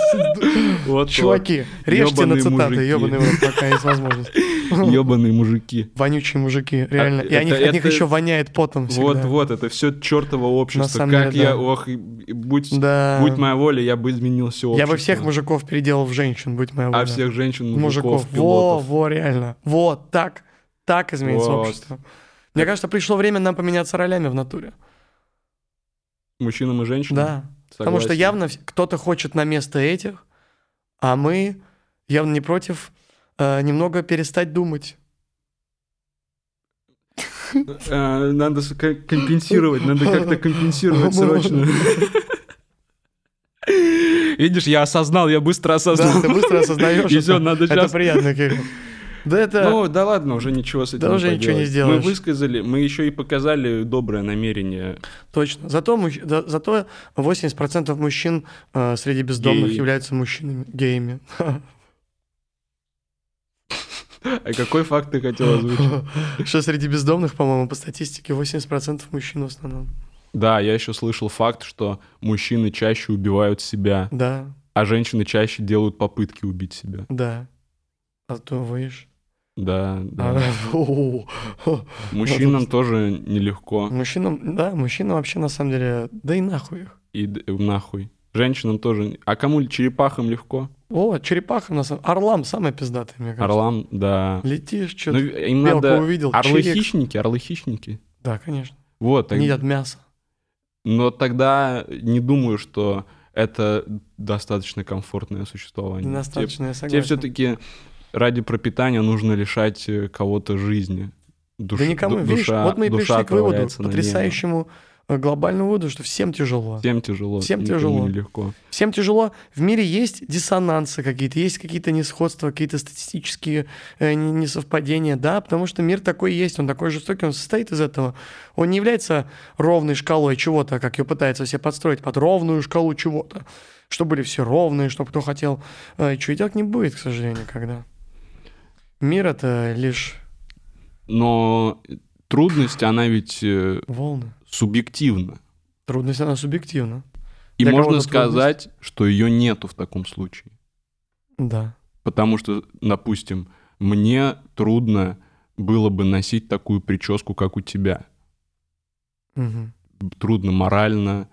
[SPEAKER 2] Вот,
[SPEAKER 3] Чуваки, режьте на
[SPEAKER 2] Ёбаные
[SPEAKER 3] цитаты,
[SPEAKER 2] мужики.
[SPEAKER 3] ебаный в рот, пока есть возможность.
[SPEAKER 2] вот. Ёбаные мужики.
[SPEAKER 3] Вонючие мужики, реально. и
[SPEAKER 2] А, это-
[SPEAKER 3] они, от них
[SPEAKER 2] это-
[SPEAKER 3] еще воняет потом всегда.
[SPEAKER 2] Вот, вот, это все чертово
[SPEAKER 3] На
[SPEAKER 2] общество.
[SPEAKER 3] самом
[SPEAKER 2] Как
[SPEAKER 3] деле,
[SPEAKER 2] я,
[SPEAKER 3] да.
[SPEAKER 2] ох, и- и будь,
[SPEAKER 3] Да.
[SPEAKER 2] будь моя воля, я бы изменил все общество.
[SPEAKER 3] Я бы всех мужиков переделал в женщин, будь моя воля.
[SPEAKER 2] А всех женщин, мужиков,
[SPEAKER 3] мужиков. Во,
[SPEAKER 2] пилотов.
[SPEAKER 3] во, реально. Вот, так. Так изменится
[SPEAKER 2] Вот.
[SPEAKER 3] общество. Мне кажется, пришло время нам поменяться ролями в натуре.
[SPEAKER 2] Мужчинам и женщинам.
[SPEAKER 3] Да. Потому что
[SPEAKER 2] Согласен.
[SPEAKER 3] явно вс- кто-то хочет на место этих, а мы явно не против э, немного перестать думать.
[SPEAKER 2] Э, Надо с- ко- компенсировать, надо
[SPEAKER 3] <laughs>
[SPEAKER 2] как-то компенсировать срочно. <laughs> Видишь, я осознал, я быстро
[SPEAKER 3] Да,
[SPEAKER 2] осознал.
[SPEAKER 3] ты быстро осознаешь.
[SPEAKER 2] И всё,
[SPEAKER 3] это.
[SPEAKER 2] надо
[SPEAKER 3] Это
[SPEAKER 2] щас.
[SPEAKER 3] приятно, Кирилл. Да это...
[SPEAKER 2] Ну, да ладно, уже ничего с этим
[SPEAKER 3] Да
[SPEAKER 2] не
[SPEAKER 3] уже ничего не
[SPEAKER 2] поделаешь. Мы
[SPEAKER 3] сделаешь.
[SPEAKER 2] высказали, мы еще и показали доброе намерение.
[SPEAKER 3] Точно. Зато, мужч- да- зато 80% мужчин э, среди бездомных
[SPEAKER 2] Геи.
[SPEAKER 3] являются мужчинами,
[SPEAKER 2] <laughs>
[SPEAKER 3] геями.
[SPEAKER 2] А какой факт ты хотел озвучить?
[SPEAKER 3] Что среди бездомных, по-моему, по статистике 80% мужчин в основном.
[SPEAKER 2] Да, я еще слышал факт, что мужчины чаще убивают себя,
[SPEAKER 3] Да,
[SPEAKER 2] а женщины чаще делают попытки убить себя.
[SPEAKER 3] да. А то выешь.
[SPEAKER 2] Да, да.
[SPEAKER 3] А, <laughs> о, о. <laughs>
[SPEAKER 2] Мужчинам тоже нелегко.
[SPEAKER 3] Мужчинам, да, мужчинам вообще на самом деле, да и нахуй их.
[SPEAKER 2] И д- э, нахуй. Женщинам тоже. А кому черепахам легко?
[SPEAKER 3] О, черепахам на самом Орлам самое пиздатое, мне кажется.
[SPEAKER 2] Орлам, да.
[SPEAKER 3] Летишь,
[SPEAKER 2] Ну,
[SPEAKER 3] что-то.
[SPEAKER 2] им
[SPEAKER 3] белку
[SPEAKER 2] надо...
[SPEAKER 3] увидел,
[SPEAKER 2] Орлы
[SPEAKER 3] чирик.
[SPEAKER 2] хищники, орлы хищники.
[SPEAKER 3] Да, конечно.
[SPEAKER 2] Вот. так-
[SPEAKER 3] Они едят мясо.
[SPEAKER 2] Но тогда не думаю, что это достаточно комфортное существование.
[SPEAKER 3] Недостаточно, ну, я
[SPEAKER 2] Тебе,
[SPEAKER 3] согласен.
[SPEAKER 2] все-таки ради пропитания нужно лишать э, кого-то жизни. Душ-
[SPEAKER 3] да никому,
[SPEAKER 2] ду-
[SPEAKER 3] видишь,
[SPEAKER 2] душа-
[SPEAKER 3] вот мы и
[SPEAKER 2] душа
[SPEAKER 3] пришли к выводу,
[SPEAKER 2] отправляется
[SPEAKER 3] к
[SPEAKER 2] на небо.
[SPEAKER 3] потрясающему э, глобальному выводу, что всем тяжело.
[SPEAKER 2] Всем тяжело.
[SPEAKER 3] Всем
[SPEAKER 2] никому
[SPEAKER 3] тяжело.
[SPEAKER 2] Нелегко.
[SPEAKER 3] Всем тяжело. В мире есть диссонансы какие-то, есть какие-то несходства, какие-то статистические э, не- несовпадения, да, потому что мир такой есть, он такой жестокий, он состоит из этого. Он не является ровной шкалой чего-то, как ее пытаются все подстроить, под ровную шкалу чего-то. Что были все ровные, чтобы кто хотел. Э, чего и так не будет, к сожалению, когда. Мир — это лишь
[SPEAKER 2] Но трудность, она ведь э,
[SPEAKER 3] волны.
[SPEAKER 2] субъективна.
[SPEAKER 3] Трудность, она субъективна.
[SPEAKER 2] И
[SPEAKER 3] Для
[SPEAKER 2] можно
[SPEAKER 3] кого-то трудность.
[SPEAKER 2] сказать, что ее нету в таком случае.
[SPEAKER 3] Да.
[SPEAKER 2] Потому что, допустим, мне трудно было бы носить такую прическу, как у тебя.
[SPEAKER 3] Мгм.
[SPEAKER 2] Трудно морально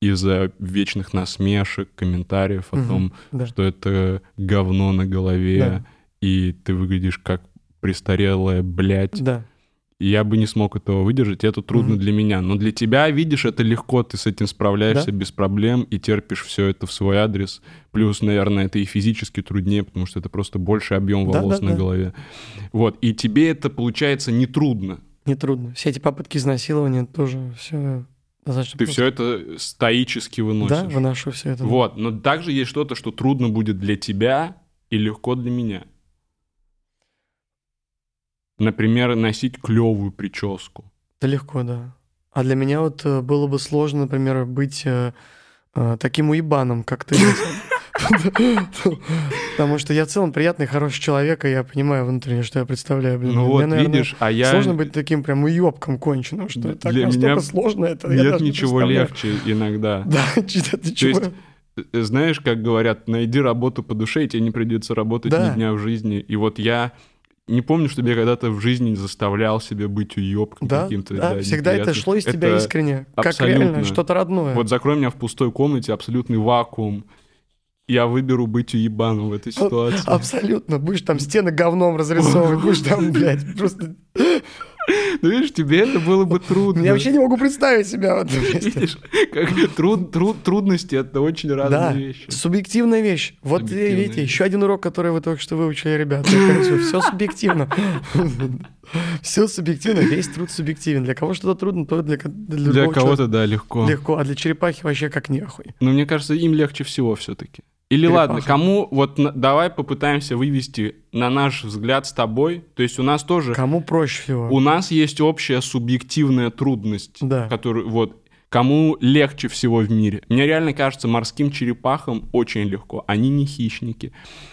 [SPEAKER 2] из-за вечных насмешек, комментариев о
[SPEAKER 3] Мгм,
[SPEAKER 2] том,
[SPEAKER 3] да.
[SPEAKER 2] что это говно на голове,
[SPEAKER 3] Да.
[SPEAKER 2] и ты выглядишь как престарелая, блядь.
[SPEAKER 3] Да.
[SPEAKER 2] И Я бы не смог этого выдержать, и это трудно
[SPEAKER 3] Мгм.
[SPEAKER 2] для меня. Но для тебя, видишь, это легко, ты с этим справляешься
[SPEAKER 3] Да?
[SPEAKER 2] без проблем и терпишь все это в свой адрес. Плюс, наверное, это и физически труднее, потому что это просто больше объем
[SPEAKER 3] Да,
[SPEAKER 2] волос
[SPEAKER 3] да,
[SPEAKER 2] на
[SPEAKER 3] да.
[SPEAKER 2] голове. Вот, и тебе это получается нетрудно.
[SPEAKER 3] Нетрудно. Все эти попытки изнасилования тоже все достаточно
[SPEAKER 2] Ты
[SPEAKER 3] просто.
[SPEAKER 2] все это стоически выносишь.
[SPEAKER 3] Да, выношу все это. да.
[SPEAKER 2] Вот, но также есть что-то, что трудно будет для тебя и легко для меня. Например, носить клевую прическу.
[SPEAKER 3] Да легко, да. А для меня вот э, было бы сложно, например, быть э, э, таким уебаном, как ты. Потому что я в целом приятный, хороший человек, и я понимаю внутренне, что я представляю. Блин,
[SPEAKER 2] ну
[SPEAKER 3] Мне,
[SPEAKER 2] вот,
[SPEAKER 3] наверное,
[SPEAKER 2] видишь, а я...
[SPEAKER 3] Сложно быть таким прям уебком конченым, что
[SPEAKER 2] Для
[SPEAKER 3] так
[SPEAKER 2] меня
[SPEAKER 3] настолько сложно это. я
[SPEAKER 2] Нет
[SPEAKER 3] даже не
[SPEAKER 2] ничего
[SPEAKER 3] представляю.
[SPEAKER 2] легче иногда.
[SPEAKER 3] Да, <laughs> чё- это чего?
[SPEAKER 2] есть Э, Знаешь, как говорят, найди работу по душе, и тебе не придется работать
[SPEAKER 3] Да.
[SPEAKER 2] ни дня в жизни. И вот я не помню, чтобы я когда-то в жизни заставлял себя быть уёбком
[SPEAKER 3] Да,
[SPEAKER 2] каким-то.
[SPEAKER 3] да, всегда это
[SPEAKER 2] неприятным.
[SPEAKER 3] шло из тебя
[SPEAKER 2] Это-
[SPEAKER 3] искренне, как
[SPEAKER 2] абсолютно.
[SPEAKER 3] реально что-то родное. <laughs>
[SPEAKER 2] Вот закрой меня в пустой комнате, абсолютный вакуум. Я выберу быть уебаном в
[SPEAKER 3] А,
[SPEAKER 2] этой ситуации. <laughs>
[SPEAKER 3] Абсолютно. Будешь там стены говном разрисовывать, будешь там, блядь, просто...
[SPEAKER 2] Ну, видишь, тебе это было бы трудно.
[SPEAKER 3] Я вообще не могу представить себя в этом месте.
[SPEAKER 2] Видишь, как труд- труд- трудности — это очень <laughs> разные
[SPEAKER 3] Да,
[SPEAKER 2] вещи.
[SPEAKER 3] субъективная вещь. Вот
[SPEAKER 2] Субъективная
[SPEAKER 3] видите,
[SPEAKER 2] вещь.
[SPEAKER 3] еще один урок, который вы только что выучили, ребята. Все субъективно. <laughs> Все субъективно, весь труд субъективен. Для кого что-то трудно, то для, ко- для
[SPEAKER 2] Для
[SPEAKER 3] любого
[SPEAKER 2] кого-то, да, легко.
[SPEAKER 3] человека легко, а для черепахи вообще как нехуй.
[SPEAKER 2] Но мне кажется, им легче всего все-таки. Или
[SPEAKER 3] Черепаха.
[SPEAKER 2] ладно, кому... Вот на- давай попытаемся вывести на наш взгляд с тобой. То есть у нас тоже...
[SPEAKER 3] Кому проще всего? Ну,
[SPEAKER 2] У нас есть общая субъективная трудность,
[SPEAKER 3] Да.
[SPEAKER 2] которую вот кому легче всего в мире. Мне реально кажется, морским черепахам очень легко. Они не хищники,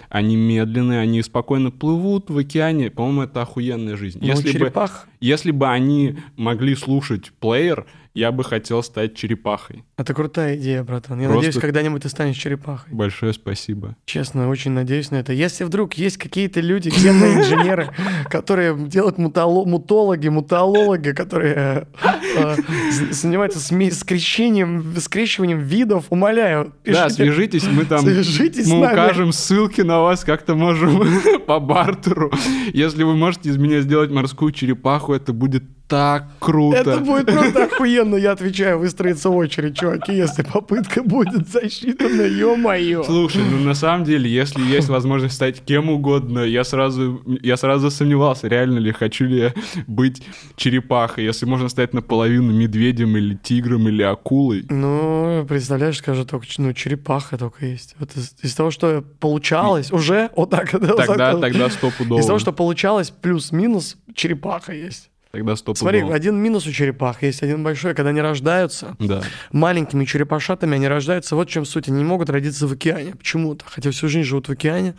[SPEAKER 2] они медленные, они спокойно плывут в океане. По-моему, это охуенная жизнь.
[SPEAKER 3] Ну,
[SPEAKER 2] если бы
[SPEAKER 3] черепах
[SPEAKER 2] если бы они могли слушать плеер, я бы хотел стать черепахой.
[SPEAKER 3] это крутая идея, братан. Я
[SPEAKER 2] Просто-
[SPEAKER 3] надеюсь, когда-нибудь ты станешь черепахой.
[SPEAKER 2] Большое спасибо.
[SPEAKER 3] Честно, очень надеюсь на это. Если вдруг есть какие-то люди, генные инженеры, которые делают мутало- мутологи, мутологи, которые э, э, з- занимаются сме- скрещением, скрещиванием видов, умоляю,
[SPEAKER 2] Да,
[SPEAKER 3] пишите.
[SPEAKER 2] свяжитесь, мы там
[SPEAKER 3] Свяжитесь
[SPEAKER 2] мы
[SPEAKER 3] с нами.
[SPEAKER 2] укажем ссылки на вас, как-то можем <laughs> по бартеру. Если вы можете из меня сделать морскую черепаху, это будет так круто.
[SPEAKER 3] Это будет просто охуенно, я отвечаю, выстроится очередь, чуваки, если попытка будет засчитана, ё-моё.
[SPEAKER 2] Слушай, ну на самом деле, если есть возможность стать кем угодно, я сразу, я сразу сомневался, реально ли хочу ли я быть черепахой, если можно стать наполовину медведем или тигром или акулой.
[SPEAKER 3] Ну, представляешь, скажу только, ч- ну, черепаха только есть. Вот из, из того, что получалось, уже вот так. это
[SPEAKER 2] Тогда,
[SPEAKER 3] закончилось.
[SPEAKER 2] тогда стопудово.
[SPEAKER 3] Из того, что получалось, плюс-минус черепаха есть.
[SPEAKER 2] Тогда стопудово.
[SPEAKER 3] Смотри, один минус у черепах есть, один большой, когда они рождаются.
[SPEAKER 2] Да.
[SPEAKER 3] Маленькими черепашатами они рождаются. Вот в чем суть. Они не могут родиться в океане почему-то. Хотя всю жизнь живут в океане,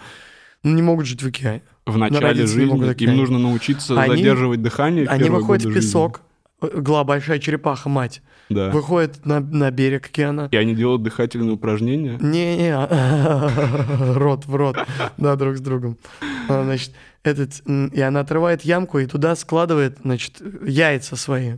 [SPEAKER 3] но не могут жить в океане.
[SPEAKER 2] В начале
[SPEAKER 3] родители не могут
[SPEAKER 2] жизни
[SPEAKER 3] океане.
[SPEAKER 2] им нужно научиться
[SPEAKER 3] Они-
[SPEAKER 2] задерживать дыхание.
[SPEAKER 3] Они
[SPEAKER 2] первые
[SPEAKER 3] выходят в
[SPEAKER 2] годы жизни.
[SPEAKER 3] песок. э, Гла большая черепаха-мать.
[SPEAKER 2] Да.
[SPEAKER 3] Выходит на, на берег океана.
[SPEAKER 2] И они делают дыхательные упражнения.
[SPEAKER 3] Не, <laughs> рот в рот, да, друг с другом. А, Значит, этот, м, и она отрывает ямку и туда складывает, значит, яйца свои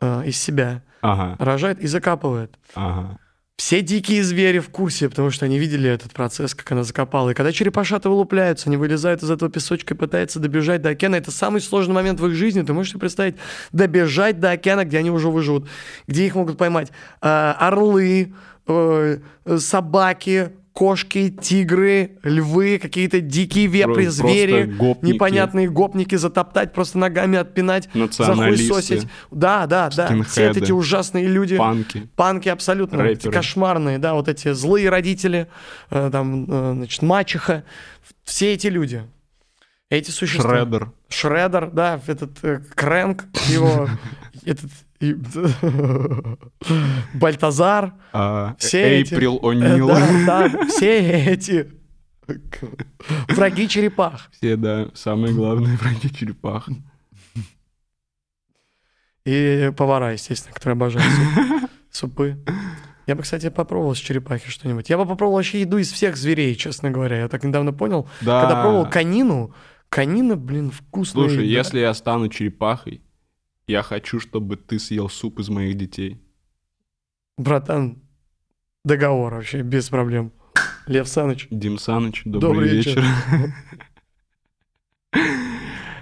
[SPEAKER 3] а, из себя,
[SPEAKER 2] Ага,
[SPEAKER 3] рожает и закапывает.
[SPEAKER 2] ага.
[SPEAKER 3] Все дикие звери в курсе, потому что они видели этот процесс, как она закопала. И когда черепашата вылупляются, они вылезают из этого песочка и пытаются добежать до океана. Это самый сложный момент в их жизни. Ты можешь себе представить, добежать до океана, где они уже выживут, где их могут поймать. А, Орлы, э, собаки, кошки, тигры, львы, какие-то дикие вепри,
[SPEAKER 2] Просто
[SPEAKER 3] звери,
[SPEAKER 2] гопники.
[SPEAKER 3] непонятные гопники, затоптать, просто ногами отпинать,
[SPEAKER 2] Националисты.
[SPEAKER 3] захуесосить. Да, да, да. Все вот
[SPEAKER 2] Скинхеды.
[SPEAKER 3] эти ужасные люди.
[SPEAKER 2] Панки.
[SPEAKER 3] Панки абсолютно
[SPEAKER 2] Рэперы.
[SPEAKER 3] эти кошмарные, да, вот эти злые родители, э, там, э, значит, мачеха, все эти люди, эти существа.
[SPEAKER 2] Шреддер.
[SPEAKER 3] Шредер, да, этот э, Крэнк,
[SPEAKER 2] <laughs>
[SPEAKER 3] его, этот и- <laughs> Бальтазар,
[SPEAKER 2] а,
[SPEAKER 3] Все
[SPEAKER 2] Э-
[SPEAKER 3] эти-
[SPEAKER 2] Эйприл
[SPEAKER 3] э,
[SPEAKER 2] О'Нил.
[SPEAKER 3] да, да, все эти враги черепах.
[SPEAKER 2] Все, да, самые главные <laughs> враги черепах.
[SPEAKER 3] И повара, естественно, которые обожают суп. супы. Я бы, кстати, попробовал с черепахи что-нибудь. Я бы попробовал вообще еду из всех зверей, честно говоря. Я так недавно понял.
[SPEAKER 2] Да.
[SPEAKER 3] Когда пробовал конину, конина, блин, вкусная.
[SPEAKER 2] А. Слушай,
[SPEAKER 3] еда.
[SPEAKER 2] если я стану черепахой, я хочу, чтобы ты съел суп из моих детей.
[SPEAKER 3] Братан, договор вообще, без проблем. Лев Саныч.
[SPEAKER 2] Дим Саныч, добрый,
[SPEAKER 3] Добрый
[SPEAKER 2] вечер.
[SPEAKER 3] вечер.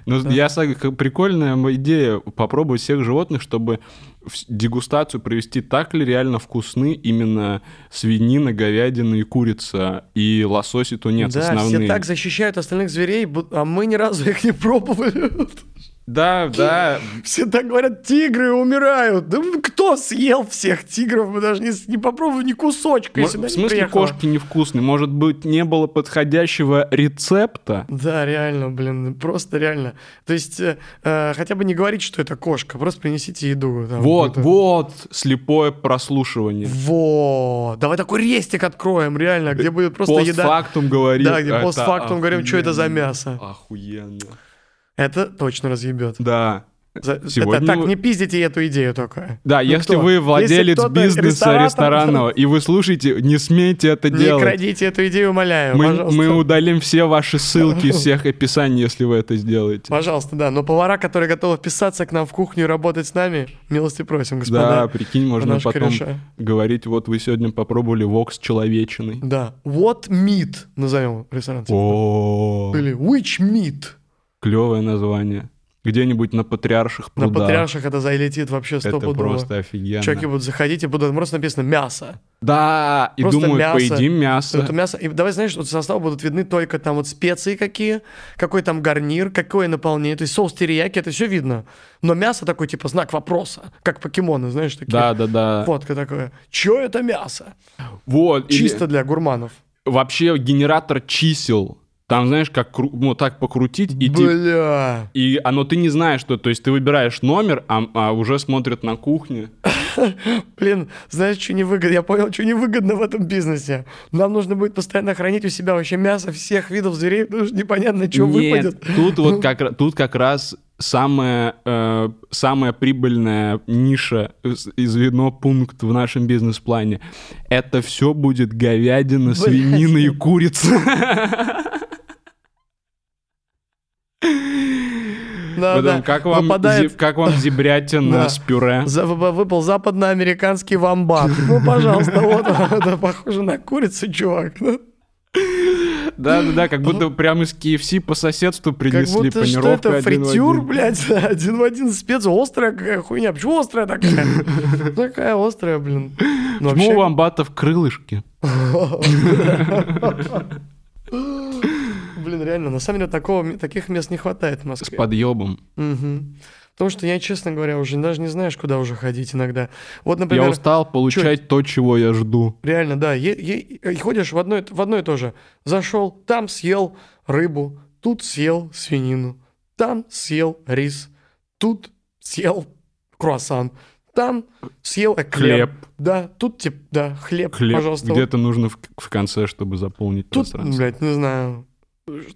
[SPEAKER 2] Ну,
[SPEAKER 3] Да.
[SPEAKER 2] я саг- как прикольная м- идея попробовать всех животных, чтобы вс- дегустацию провести так ли реально вкусны именно свинина, говядина и курица, и лосось и тунец
[SPEAKER 3] да,
[SPEAKER 2] основные.
[SPEAKER 3] все так защищают остальных зверей, бу- а мы ни разу их не пробовали. <laughs>
[SPEAKER 2] Да, да,
[SPEAKER 3] Все так говорят, тигры умирают. Да кто съел всех тигров? Мы даже не, с- не попробовали ни кусочка. я
[SPEAKER 2] Мо-
[SPEAKER 3] сюда
[SPEAKER 2] В
[SPEAKER 3] не
[SPEAKER 2] смысле
[SPEAKER 3] приехала.
[SPEAKER 2] кошки невкусные? Может быть, не было подходящего рецепта?
[SPEAKER 3] Да, реально, блин, просто реально. То есть э, э, хотя бы не говорить, что это кошка, просто принесите еду. там,
[SPEAKER 2] Вот,
[SPEAKER 3] какую-то-
[SPEAKER 2] вот, слепое прослушивание.
[SPEAKER 3] Во, давай такой рестик откроем, реально, где будет просто еда.
[SPEAKER 2] Постфактум говорит.
[SPEAKER 3] Да, где
[SPEAKER 2] «Это
[SPEAKER 3] постфактум говорим, «Чё это за
[SPEAKER 2] охуенно,
[SPEAKER 3] мясо?»
[SPEAKER 2] Охуенно.
[SPEAKER 3] Это точно разъебет.
[SPEAKER 2] Да.
[SPEAKER 3] За- это
[SPEAKER 2] Сегодня
[SPEAKER 3] так,
[SPEAKER 2] вы-
[SPEAKER 3] не пиздите эту идею только.
[SPEAKER 2] Да,
[SPEAKER 3] Ну
[SPEAKER 2] если
[SPEAKER 3] кто?
[SPEAKER 2] вы
[SPEAKER 3] Если
[SPEAKER 2] владелец
[SPEAKER 3] кто-то
[SPEAKER 2] бизнеса
[SPEAKER 3] ресторатор,
[SPEAKER 2] ресторанного, и вы слушаете, не смейте это
[SPEAKER 3] Не
[SPEAKER 2] делать.
[SPEAKER 3] крадите эту идею, умоляю,
[SPEAKER 2] Мы,
[SPEAKER 3] пожалуйста.
[SPEAKER 2] мы удалим все ваши ссылки из всех описаний, если вы это сделаете.
[SPEAKER 3] Пожалуйста, да, но повара, которые готовы вписаться к нам в кухню и работать с нами, милости просим,
[SPEAKER 2] Да,
[SPEAKER 3] господа.
[SPEAKER 2] прикинь, можно
[SPEAKER 3] наши
[SPEAKER 2] потом
[SPEAKER 3] кореша.
[SPEAKER 2] говорить, вот вы сегодня попробовали вок с человечиной.
[SPEAKER 3] Да. What meat, Типа. назовем ресторан.
[SPEAKER 2] О,
[SPEAKER 3] Или which meat.
[SPEAKER 2] клевое название. где-нибудь на Патриарших
[SPEAKER 3] На
[SPEAKER 2] прудах.
[SPEAKER 3] патриарших это залетит вообще
[SPEAKER 2] Это
[SPEAKER 3] стопудово.
[SPEAKER 2] просто офигенно.
[SPEAKER 3] Чуваки будут заходить, и будут просто написано мясо.
[SPEAKER 2] Да, и
[SPEAKER 3] Просто
[SPEAKER 2] думают,
[SPEAKER 3] мясо.
[SPEAKER 2] поедим мясо.
[SPEAKER 3] Это мясо. И давай, знаешь, вот состава будут видны только там вот специи какие, какой там гарнир, какое наполнение. То есть соус терияки, это все видно. Но мясо такой, типа, знак вопроса. Как покемоны, знаешь, такие.
[SPEAKER 2] Да, да, да.
[SPEAKER 3] Фотка такое. Че это мясо?
[SPEAKER 2] Вот, или
[SPEAKER 3] Чисто для гурманов.
[SPEAKER 2] вообще генератор чисел. Там, знаешь, как кру- ну, так покрутить, и, ти-
[SPEAKER 3] Бля.
[SPEAKER 2] и оно ты не знаешь, что. То есть ты выбираешь номер, а, а уже смотрят на кухне.
[SPEAKER 3] А Блин, знаешь, что невыгодно? Я понял, что невыгодно в этом бизнесе. Нам нужно будет постоянно хранить у себя вообще мясо всех видов зверей, потому что непонятно, что
[SPEAKER 2] Нет,
[SPEAKER 3] выпадет.
[SPEAKER 2] Тут вот как, ра- тут как раз самая, э, самая прибыльная ниша из- из вино пункт в нашем бизнес-плане. Это все будет говядина, свинина и курица.
[SPEAKER 3] Да,
[SPEAKER 2] Потом,
[SPEAKER 3] да.
[SPEAKER 2] как, вам
[SPEAKER 3] Выпадает
[SPEAKER 2] зи- как вам зебрятина
[SPEAKER 3] Да.
[SPEAKER 2] с пюре?
[SPEAKER 3] За- в- выпал
[SPEAKER 2] <laughs>
[SPEAKER 3] западноамериканский вамбат. Ну, пожалуйста, <laughs> вот он. это похоже на курицу, чувак. Ну,
[SPEAKER 2] Да, да, да, как будто прямо из KFC по соседству
[SPEAKER 3] Как
[SPEAKER 2] принесли
[SPEAKER 3] будто что
[SPEAKER 2] панировку
[SPEAKER 3] это,
[SPEAKER 2] один в
[SPEAKER 3] фритюр,
[SPEAKER 2] один.
[SPEAKER 3] блядь, <laughs> один в один спец, острая какая хуйня. Почему
[SPEAKER 2] <laughs>
[SPEAKER 3] острая такая? Такая острая, блин.
[SPEAKER 2] Почему
[SPEAKER 3] Ну, вообще,
[SPEAKER 2] у амбатов крылышки?
[SPEAKER 3] <laughs> Блин, реально, на самом деле такого, таких мест не хватает в
[SPEAKER 2] С
[SPEAKER 3] Москве.
[SPEAKER 2] подъебом.
[SPEAKER 3] Мгм. Потому что я, честно говоря, уже даже не знаешь, куда уже ходить иногда. Вот,
[SPEAKER 2] Я
[SPEAKER 3] например,
[SPEAKER 2] устал получать то, чего я жду.
[SPEAKER 3] Реально, да. Е- е- и ходишь в одно, и т- в одно и то же. Зашел, там съел рыбу, тут съел свинину, там съел рис, тут съел круассан, там съел эклер.
[SPEAKER 2] Хлеб.
[SPEAKER 3] Да, тут типа, да, хлеб,
[SPEAKER 2] Хлеб
[SPEAKER 3] пожалуйста. вот.
[SPEAKER 2] где-то нужно в, в конце, чтобы заполнить
[SPEAKER 3] Тут,
[SPEAKER 2] пространство.
[SPEAKER 3] блядь, не знаю,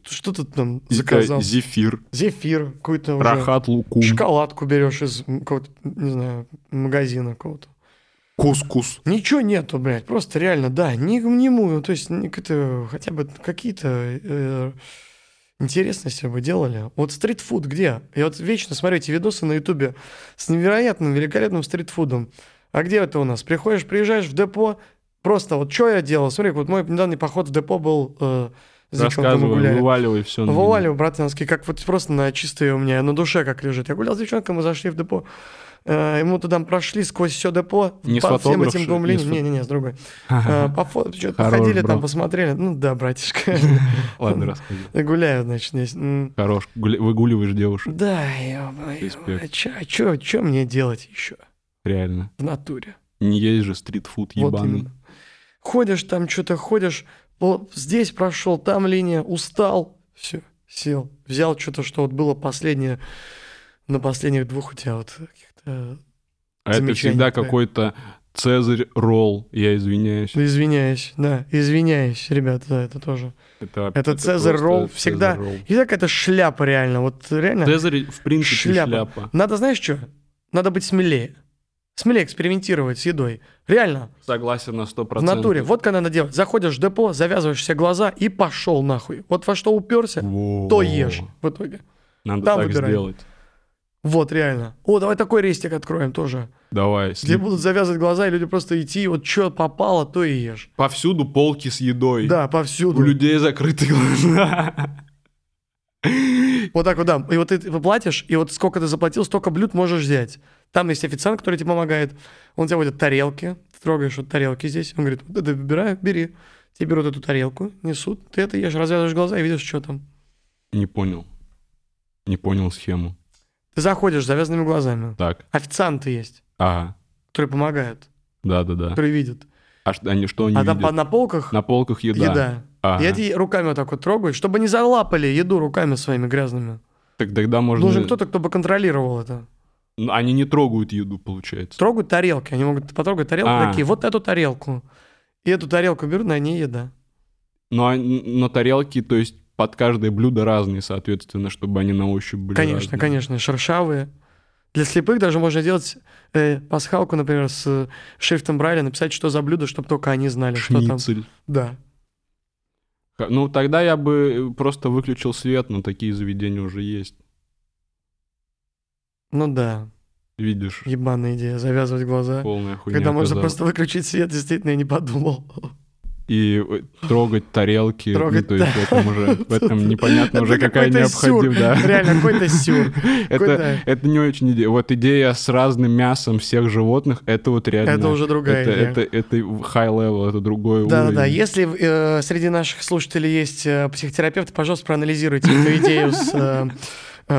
[SPEAKER 3] что ты там
[SPEAKER 2] Э,
[SPEAKER 3] заказал?
[SPEAKER 2] Зефир,
[SPEAKER 3] Зефир какой-то уже.
[SPEAKER 2] рахат лукум,
[SPEAKER 3] Шоколадку берешь из м, какого-то, не знаю, магазина какого-то.
[SPEAKER 2] кускус.
[SPEAKER 3] Ничего нету, блядь, просто реально, да, ни к нему, ну, то есть ни к это, хотя бы какие-то э, интересности бы делали. Вот стритфуд где? Я вот вечно смотрю эти видосы на ютубе с невероятным, великолепным стритфудом. А где это у нас? Приходишь, приезжаешь в депо, просто вот что я делал? Смотри, вот мой недавний поход в депо был... э, знаешь, как мы
[SPEAKER 2] Рассказывай,
[SPEAKER 3] гуляли.
[SPEAKER 2] вываливай все.
[SPEAKER 3] Вываливаю, братанский, как вот просто на чистые у меня, на душе как лежит. Я гулял с девчонкой, мы зашли в депо. Э, И мы туда прошли сквозь все депо.
[SPEAKER 2] Не с
[SPEAKER 3] по всем
[SPEAKER 2] фотографши,
[SPEAKER 3] этим двум
[SPEAKER 2] не с
[SPEAKER 3] линиям.
[SPEAKER 2] фо-
[SPEAKER 3] Не-не-не, с другой. Э, По фото, что-то
[SPEAKER 2] Хорош,
[SPEAKER 3] походили, там
[SPEAKER 2] бро.
[SPEAKER 3] посмотрели. Ну да, братишка.
[SPEAKER 2] <laughs> Ладно, рассказывай.
[SPEAKER 3] Гуляю, значит, здесь. М,
[SPEAKER 2] Хорош, гуля- выгуливаешь девушек,
[SPEAKER 3] Да, ё-моё,
[SPEAKER 2] Респект.
[SPEAKER 3] а чё- а чё чё мне делать еще
[SPEAKER 2] реально.
[SPEAKER 3] в натуре?
[SPEAKER 2] Не есть же стритфуд
[SPEAKER 3] Вот
[SPEAKER 2] ебаный.
[SPEAKER 3] именно. Ходишь там, что-то ходишь, вот здесь прошел, там линия, устал, все, сел, взял что-то, что вот было последнее, на последних двух у тебя вот каких-то,
[SPEAKER 2] а это
[SPEAKER 3] Замечание
[SPEAKER 2] всегда
[SPEAKER 3] твое.
[SPEAKER 2] какой-то Цезарь ролл, я извиняюсь.
[SPEAKER 3] Ну, извиняюсь, да, извиняюсь, ребята, да, это тоже.
[SPEAKER 2] Это,
[SPEAKER 3] Это Цезарь
[SPEAKER 2] просто
[SPEAKER 3] Ролл
[SPEAKER 2] Цезарь
[SPEAKER 3] всегда,
[SPEAKER 2] ролл.
[SPEAKER 3] <laughs> и так это шляпа реально, вот реально,
[SPEAKER 2] Цезарь, в принципе,
[SPEAKER 3] Шляпа.
[SPEAKER 2] шляпа.
[SPEAKER 3] надо, знаешь что, надо быть смелее, смелее экспериментировать с едой, реально,
[SPEAKER 2] Согласен на 100%.
[SPEAKER 3] в натуре, вот как надо делать, заходишь в депо, завязываешь все глаза и пошел нахуй, вот во что уперся,
[SPEAKER 2] Во.
[SPEAKER 3] то ешь в итоге.
[SPEAKER 2] Надо
[SPEAKER 3] Там
[SPEAKER 2] так
[SPEAKER 3] выбирай.
[SPEAKER 2] сделать.
[SPEAKER 3] Вот, реально. О, давай такой рестик откроем тоже.
[SPEAKER 2] Давай.
[SPEAKER 3] Где
[SPEAKER 2] слип-
[SPEAKER 3] будут завязывать глаза, и люди просто идти, вот что попало, то и ешь.
[SPEAKER 2] Повсюду полки с едой.
[SPEAKER 3] Да,
[SPEAKER 2] У
[SPEAKER 3] повсюду.
[SPEAKER 2] людей закрыты глаза. <laughs>
[SPEAKER 3] Вот так вот, да. И вот ты, ты платишь, и вот сколько ты заплатил, столько блюд можешь взять. Там есть официант, который тебе помогает. Он тебе будет тарелки. Ты трогаешь вот тарелки здесь. Он говорит, вот это выбираю, бери. Тебе берут эту тарелку, несут. Ты это ешь, развязываешь глаза и видишь, что там.
[SPEAKER 2] Не понял. Не понял схему.
[SPEAKER 3] Ты заходишь с завязанными глазами.
[SPEAKER 2] Так.
[SPEAKER 3] Официанты есть,
[SPEAKER 2] Ага.
[SPEAKER 3] которые помогают,
[SPEAKER 2] Да-да-да.
[SPEAKER 3] которые видят.
[SPEAKER 2] А что они что они
[SPEAKER 3] а там по-
[SPEAKER 2] видят?
[SPEAKER 3] на полках
[SPEAKER 2] На полках еда.
[SPEAKER 3] еда.
[SPEAKER 2] Ага.
[SPEAKER 3] Я тебе руками вот так вот трогаю, чтобы не залапали еду руками своими грязными.
[SPEAKER 2] Так тогда можно...
[SPEAKER 3] Нужен кто-то, кто бы контролировал это.
[SPEAKER 2] Ну, Они не трогают еду, получается.
[SPEAKER 3] Трогают тарелки, они могут потрогать тарелку,
[SPEAKER 2] А.
[SPEAKER 3] такие, вот эту тарелку. И эту тарелку берут, на ней еда.
[SPEAKER 2] Но, они- но тарелки, то есть под каждое блюдо разные, соответственно, чтобы они на ощупь были
[SPEAKER 3] конечно,
[SPEAKER 2] разные.
[SPEAKER 3] конечно, шершавые. Для слепых даже можно делать э, пасхалку, например, с э, шрифтом Брайля, написать, что за блюдо, чтобы только они знали, что там.
[SPEAKER 2] Шницель.
[SPEAKER 3] Да.
[SPEAKER 2] Ха- Ну, тогда я бы э, просто выключил свет, но такие заведения уже есть.
[SPEAKER 3] Ну да,
[SPEAKER 2] Видишь,
[SPEAKER 3] ебаная идея, завязывать глаза.
[SPEAKER 2] полная хуйня.
[SPEAKER 3] когда можно
[SPEAKER 2] оказалась.
[SPEAKER 3] просто выключить свет, действительно, я не подумал.
[SPEAKER 2] и э, трогать тарелки.
[SPEAKER 3] Трогать,
[SPEAKER 2] ну, то есть в этом
[SPEAKER 3] <laughs>
[SPEAKER 2] уже в этом непонятно уже
[SPEAKER 3] Это
[SPEAKER 2] какая
[SPEAKER 3] какой-то сюр.
[SPEAKER 2] необходимость. да.
[SPEAKER 3] Реально, какой-то сюр.
[SPEAKER 2] <laughs> Это,
[SPEAKER 3] Какой-то-
[SPEAKER 2] это не очень идея. Вот идея с разным мясом всех животных, это вот реально...
[SPEAKER 3] Это уже другая
[SPEAKER 2] это,
[SPEAKER 3] идея.
[SPEAKER 2] Это, это high level, это другой
[SPEAKER 3] Да, да,
[SPEAKER 2] уровень.
[SPEAKER 3] да. Если э, среди наших слушателей есть э, психотерапевты, пожалуйста, проанализируйте эту идею с э, э,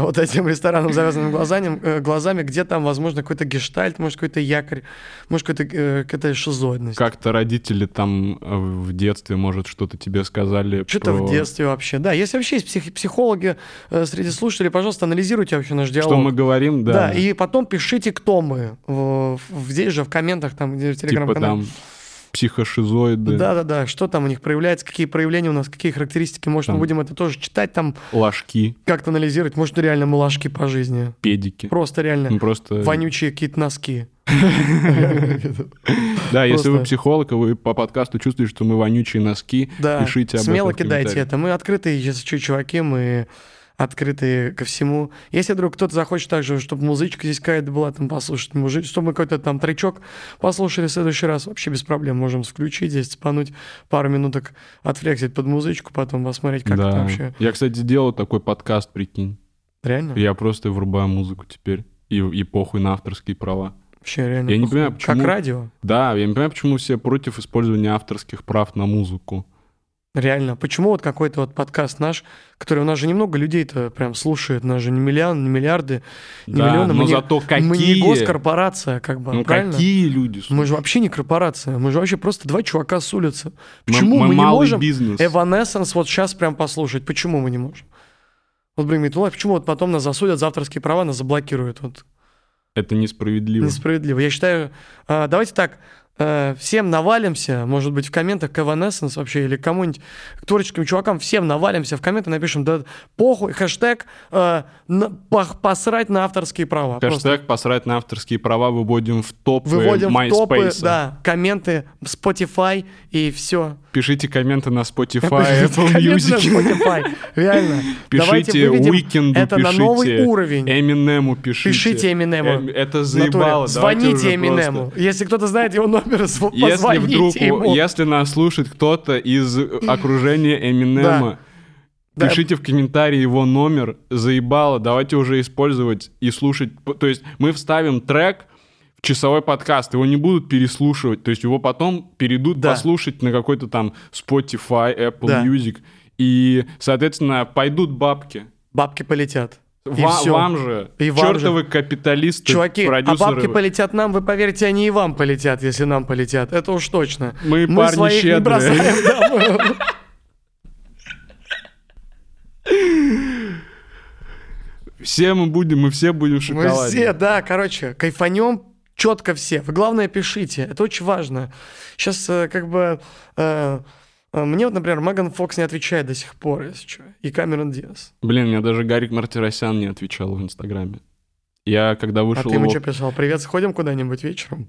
[SPEAKER 3] вот этим рестораном, завязанным глазами, э, глазами, где там, возможно, какой-то гештальт, может, какой-то якорь, может, какой-то, э, какая-то шизоидность.
[SPEAKER 2] Как-то родители там э, в детстве, может, что-то тебе сказали
[SPEAKER 3] Что-то
[SPEAKER 2] про-
[SPEAKER 3] в детстве вообще. Да, если вообще есть псих- психологи э, среди слушателей, пожалуйста, анализируйте вообще наш диалог.
[SPEAKER 2] Что мы говорим, да.
[SPEAKER 3] да. и потом пишите, кто мы. В- в- здесь же, в комментах, там, где в
[SPEAKER 2] типа
[SPEAKER 3] телеграм-канале.
[SPEAKER 2] там психошизоиды,
[SPEAKER 3] Да, да, да. Что там у них проявляется, какие проявления у нас, какие характеристики. Может,
[SPEAKER 2] Там.
[SPEAKER 3] мы будем это тоже читать, там
[SPEAKER 2] ложки,
[SPEAKER 3] как-то анализировать. Может, реально мулашки по жизни.
[SPEAKER 2] педики.
[SPEAKER 3] Просто реально
[SPEAKER 2] Ну, просто...
[SPEAKER 3] вонючие какие-то носки.
[SPEAKER 2] Да, если вы
[SPEAKER 3] просто-
[SPEAKER 2] психолог, и вы по подкасту чувствуете, что мы вонючие носки,
[SPEAKER 3] Да.
[SPEAKER 2] пишите об
[SPEAKER 3] Смело
[SPEAKER 2] этом в
[SPEAKER 3] кидайте
[SPEAKER 2] комментариях.
[SPEAKER 3] это. Мы открытые, если что, чуваки, мы открытые ко всему. Если вдруг кто-то захочет также, чтобы музычка здесь какая-то была, там послушать, мужик, чтобы мы какой-то там тречок послушали в следующий раз, вообще без проблем можем включить здесь, спануть пару минуток, отфлексить под музычку, потом посмотреть, как это
[SPEAKER 2] Да.
[SPEAKER 3] вообще.
[SPEAKER 2] Я, кстати, делал такой подкаст, прикинь.
[SPEAKER 3] Реально?
[SPEAKER 2] Я просто врубаю музыку теперь. И, и похуй на авторские права.
[SPEAKER 3] Вообще реально.
[SPEAKER 2] Я не
[SPEAKER 3] похуй.
[SPEAKER 2] понимаю, почему-
[SPEAKER 3] Как радио?
[SPEAKER 2] Да, я не понимаю, почему все против использования авторских прав на музыку.
[SPEAKER 3] Реально. Почему вот какой-то вот подкаст наш, который у нас же немного людей-то прям слушает, у нас же не миллион, не миллиарды, не
[SPEAKER 2] да,
[SPEAKER 3] миллионы.
[SPEAKER 2] но
[SPEAKER 3] мы не-
[SPEAKER 2] зато какие...
[SPEAKER 3] Мы не госкорпорация, как бы,
[SPEAKER 2] ну
[SPEAKER 3] правильно?
[SPEAKER 2] какие люди? слушай?
[SPEAKER 3] Мы же вообще не корпорация, мы же вообще просто два чувака с улицы.
[SPEAKER 2] Мы-
[SPEAKER 3] Почему
[SPEAKER 2] мы
[SPEAKER 3] мы, не
[SPEAKER 2] малый
[SPEAKER 3] можем
[SPEAKER 2] бизнес.
[SPEAKER 3] Evanescence вот сейчас прям послушать? Почему мы не можем? Вот Bring Me to Life, почему вот потом нас засудят за авторские права, нас заблокируют? Вот
[SPEAKER 2] Это несправедливо.
[SPEAKER 3] несправедливо. Я считаю, а, давайте так, э, всем навалимся, может быть, в комментах к Evanescence вообще или к кому-нибудь, к творческим чувакам, всем навалимся, в комменты напишем, да похуй, хэштег э, на- пох- посрать на авторские права. Просто.
[SPEAKER 2] Хэштег «Посрать на авторские права» выводим в топы
[SPEAKER 3] Выводим в топы,
[SPEAKER 2] MySpace.
[SPEAKER 3] да, комменты, Spotify и все.
[SPEAKER 2] Пишите комменты на Spotify, Apple
[SPEAKER 3] Комменты на
[SPEAKER 2] Music. <laughs>
[SPEAKER 3] Spotify, реально.
[SPEAKER 2] Пишите
[SPEAKER 3] Давайте выведем
[SPEAKER 2] Уикенду,
[SPEAKER 3] это на
[SPEAKER 2] пишите
[SPEAKER 3] новый уровень.
[SPEAKER 2] Эминему пишите.
[SPEAKER 3] Пишите Эминему.
[SPEAKER 2] Эм, Это
[SPEAKER 3] В натуре.
[SPEAKER 2] заебало. давайте
[SPEAKER 3] Звоните
[SPEAKER 2] уже просто.
[SPEAKER 3] Эминему. Если кто-то знает его номер, зв-
[SPEAKER 2] Если
[SPEAKER 3] позвоните
[SPEAKER 2] вдруг,
[SPEAKER 3] ему.
[SPEAKER 2] если нас слушает кто-то из окружения Эминема,
[SPEAKER 3] Да.
[SPEAKER 2] пишите в комментарии его номер. Заебало, давайте уже использовать и слушать. П- То есть мы вставим трек в часовой подкаст, его не будут переслушивать. То есть его потом перейдут
[SPEAKER 3] Да.
[SPEAKER 2] послушать на какой-то там Spotify, Apple
[SPEAKER 3] Да.
[SPEAKER 2] Music. И, соответственно, пойдут бабки.
[SPEAKER 3] Бабки полетят. И
[SPEAKER 2] Ва-
[SPEAKER 3] всё.
[SPEAKER 2] вам же,
[SPEAKER 3] И вам
[SPEAKER 2] чертовы капиталисты,
[SPEAKER 3] Чуваки, а
[SPEAKER 2] продюсеры.
[SPEAKER 3] бабки полетят нам, вы поверьте, они и вам полетят, если нам полетят. Это уж точно.
[SPEAKER 2] Мы, парни,
[SPEAKER 3] своих не
[SPEAKER 2] щедрые. <laughs>
[SPEAKER 3] бросаем. да, мы-
[SPEAKER 2] Все мы будем, мы все будем в
[SPEAKER 3] Мы
[SPEAKER 2] шоколаде.
[SPEAKER 3] все, да, короче, кайфанем четко все. Вы главное пишите, это очень важно. Сейчас как бы э, э, мне вот, например, Меган Фокс не отвечает до сих пор, если что, и Камерон Диас.
[SPEAKER 2] Блин, мне даже Гарик Мартиросян не отвечал в Инстаграме. Я когда
[SPEAKER 3] А
[SPEAKER 2] вышел
[SPEAKER 3] ты ему
[SPEAKER 2] его-
[SPEAKER 3] что писал? Привет, сходим куда-нибудь вечером?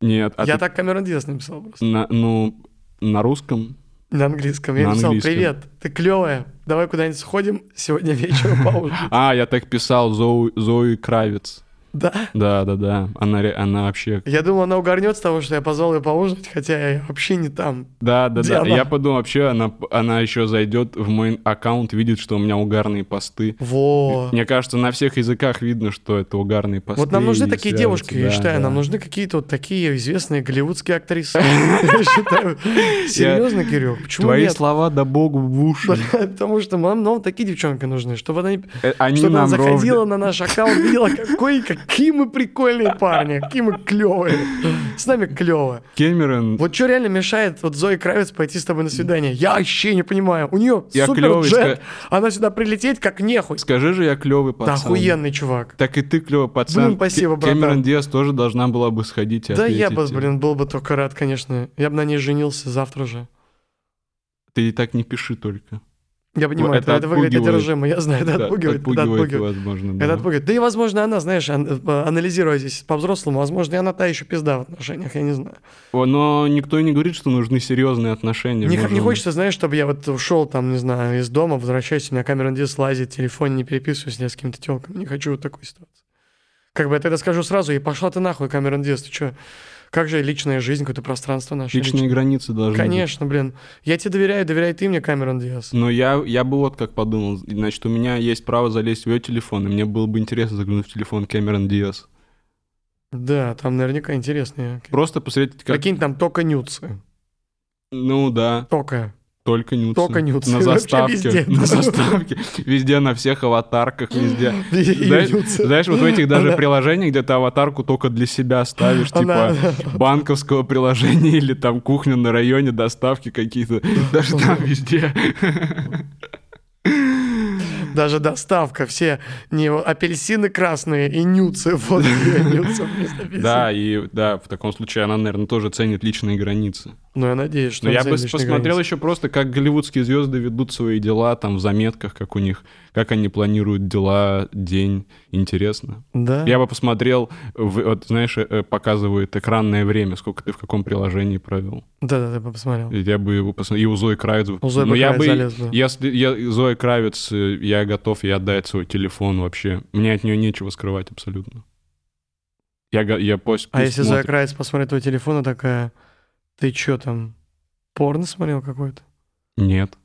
[SPEAKER 2] Нет, а
[SPEAKER 3] я
[SPEAKER 2] ты-
[SPEAKER 3] так Камерон Диас написал просто.
[SPEAKER 2] на, ну, на русском.
[SPEAKER 3] На английском. Я
[SPEAKER 2] На
[SPEAKER 3] написал,
[SPEAKER 2] английском.
[SPEAKER 3] привет, ты клевая, давай куда-нибудь сходим сегодня вечером поужинать.
[SPEAKER 2] А, я так писал Зоу- Зои Кравец.
[SPEAKER 3] Да?
[SPEAKER 2] Да-да-да, она, ре- она вообще...
[SPEAKER 3] Я думал, она угорнется того, что я позвал ее поужинать, хотя я вообще не там. Где
[SPEAKER 2] Да-да-да,
[SPEAKER 3] она?
[SPEAKER 2] я подумал, вообще она, она еще зайдет в мой аккаунт, видит, что у меня угарные посты.
[SPEAKER 3] Во.
[SPEAKER 2] Мне кажется, на всех языках видно, что это угарные посты.
[SPEAKER 3] Вот нам нужны
[SPEAKER 2] и
[SPEAKER 3] такие
[SPEAKER 2] свяжется.
[SPEAKER 3] девушки, я
[SPEAKER 2] Да,
[SPEAKER 3] считаю,
[SPEAKER 2] да.
[SPEAKER 3] нам нужны какие-то вот такие известные
[SPEAKER 2] <laughs>
[SPEAKER 3] голливудские актрисы. Я считаю. Серьезно, Кирюх, почему
[SPEAKER 2] Твои
[SPEAKER 3] нет?
[SPEAKER 2] слова, да богу, в уши.
[SPEAKER 3] <laughs> Потому что нам, нам такие девчонки нужны, чтобы она,
[SPEAKER 2] Э, Они
[SPEAKER 3] чтобы она
[SPEAKER 2] нам ровня.
[SPEAKER 3] заходила на наш аккаунт, видела, какой, какие мы прикольные парни, какие мы клевые. С нами клево.
[SPEAKER 2] Кэмерон,
[SPEAKER 3] Вот что реально мешает вот Зои Кравец пойти с тобой на свидание? Я вообще не понимаю. У нее
[SPEAKER 2] Я
[SPEAKER 3] супер
[SPEAKER 2] клёвый, ска-
[SPEAKER 3] джет, она сюда прилететь как нехуй.
[SPEAKER 2] скажи же, я клевый
[SPEAKER 3] Да
[SPEAKER 2] пацан.
[SPEAKER 3] охуенный чувак.
[SPEAKER 2] Так и ты клево, пацан.
[SPEAKER 3] Блин, спасибо,
[SPEAKER 2] Кэ- Кэмерон
[SPEAKER 3] братан.
[SPEAKER 2] Диас тоже должна была бы сходить и
[SPEAKER 3] Да я бы,
[SPEAKER 2] ответить.
[SPEAKER 3] блин, был бы только рад, конечно. Я бы на ней женился завтра же.
[SPEAKER 2] Ты и так не пиши только.
[SPEAKER 3] Я понимаю,
[SPEAKER 2] это
[SPEAKER 3] это, это выглядит
[SPEAKER 2] отпугивает.
[SPEAKER 3] одержимо. Я знаю, это
[SPEAKER 2] Да,
[SPEAKER 3] отпугивает. Это
[SPEAKER 2] отпугивает,
[SPEAKER 3] отпугивает.
[SPEAKER 2] возможно, да.
[SPEAKER 3] Это отпугивает. Да и, возможно, она, знаешь, ан- э, анализируя здесь по-взрослому, возможно, и она та еще пизда в отношениях, я не знаю.
[SPEAKER 2] О, Но никто и не говорит, что нужны серьезные отношения.
[SPEAKER 3] Не, х-
[SPEAKER 2] Можно-
[SPEAKER 3] не хочется, знаешь, чтобы я вот ушел там, не знаю, из дома, возвращаюсь, у меня камера здесь лазит, телефон не переписываюсь ни с каким-то телком. Не хочу вот такой ситуации. Как бы я тогда скажу сразу, и пошла ты нахуй, Камерон Диас, ты что? Как же личная жизнь, какое-то пространство наше.
[SPEAKER 2] Личные
[SPEAKER 3] личное.
[SPEAKER 2] границы должны быть.
[SPEAKER 3] Конечно, блин. Я тебе доверяю, доверяй ты мне, Камерон Диас.
[SPEAKER 2] Но я, я бы вот как подумал, значит, у меня есть право залезть в ее телефон, и мне было бы интересно заглянуть в телефон Кэмерон Диас.
[SPEAKER 3] Да, там наверняка интересные.
[SPEAKER 2] Просто посмотреть, как...
[SPEAKER 3] Какие-нибудь там только нюцы.
[SPEAKER 2] Ну да,
[SPEAKER 3] Только.
[SPEAKER 2] только нюцы.
[SPEAKER 3] Только нюцы.
[SPEAKER 2] На
[SPEAKER 3] Вообще
[SPEAKER 2] заставке.
[SPEAKER 3] везде.
[SPEAKER 2] На заставке. Везде, на всех аватарках, везде.
[SPEAKER 3] <laughs> Её
[SPEAKER 2] Знаешь,
[SPEAKER 3] нюцы.
[SPEAKER 2] знаешь, вот в этих даже
[SPEAKER 3] Она-
[SPEAKER 2] приложениях, где ты аватарку только для себя ставишь,
[SPEAKER 3] Она-
[SPEAKER 2] типа банковского приложения или там кухня на районе, доставки
[SPEAKER 3] <laughs>
[SPEAKER 2] какие-то. Даже там везде.
[SPEAKER 3] <laughs> Даже доставка. Все не апельсины красные и нюцы. Вот <laughs> её нюцы вместо апельсин.
[SPEAKER 2] Да, и да, в таком случае она, наверное, тоже ценит личные границы.
[SPEAKER 3] Ну, я надеюсь, что...
[SPEAKER 2] Но я
[SPEAKER 3] он
[SPEAKER 2] бы
[SPEAKER 3] за личные
[SPEAKER 2] посмотрел
[SPEAKER 3] границы.
[SPEAKER 2] еще просто, как голливудские звезды ведут свои дела, там в заметках, как у них, как они планируют дела, день. Интересно.
[SPEAKER 3] Да.
[SPEAKER 2] Я бы посмотрел, в- вот знаешь, э, показывает экранное время, сколько ты в каком приложении провел.
[SPEAKER 3] Да-да, я бы посмотрел.
[SPEAKER 2] Э, Я бы его посмотрел. И у Зои Кравец. бы
[SPEAKER 3] У Зои
[SPEAKER 2] посмотрел. Но
[SPEAKER 3] бы
[SPEAKER 2] Ну, я
[SPEAKER 3] Кравец
[SPEAKER 2] бы,
[SPEAKER 3] залез бы.
[SPEAKER 2] если я, Зоя Кравец, э, я готов ей отдать свой телефон вообще. Мне от нее нечего скрывать абсолютно. Я, го- я пусть,
[SPEAKER 3] А
[SPEAKER 2] пусть
[SPEAKER 3] если
[SPEAKER 2] смотрит.
[SPEAKER 3] Зоя Кравец посмотрит твой телефон и такая, ты чё там, порно смотрел какой-то?
[SPEAKER 2] Нет.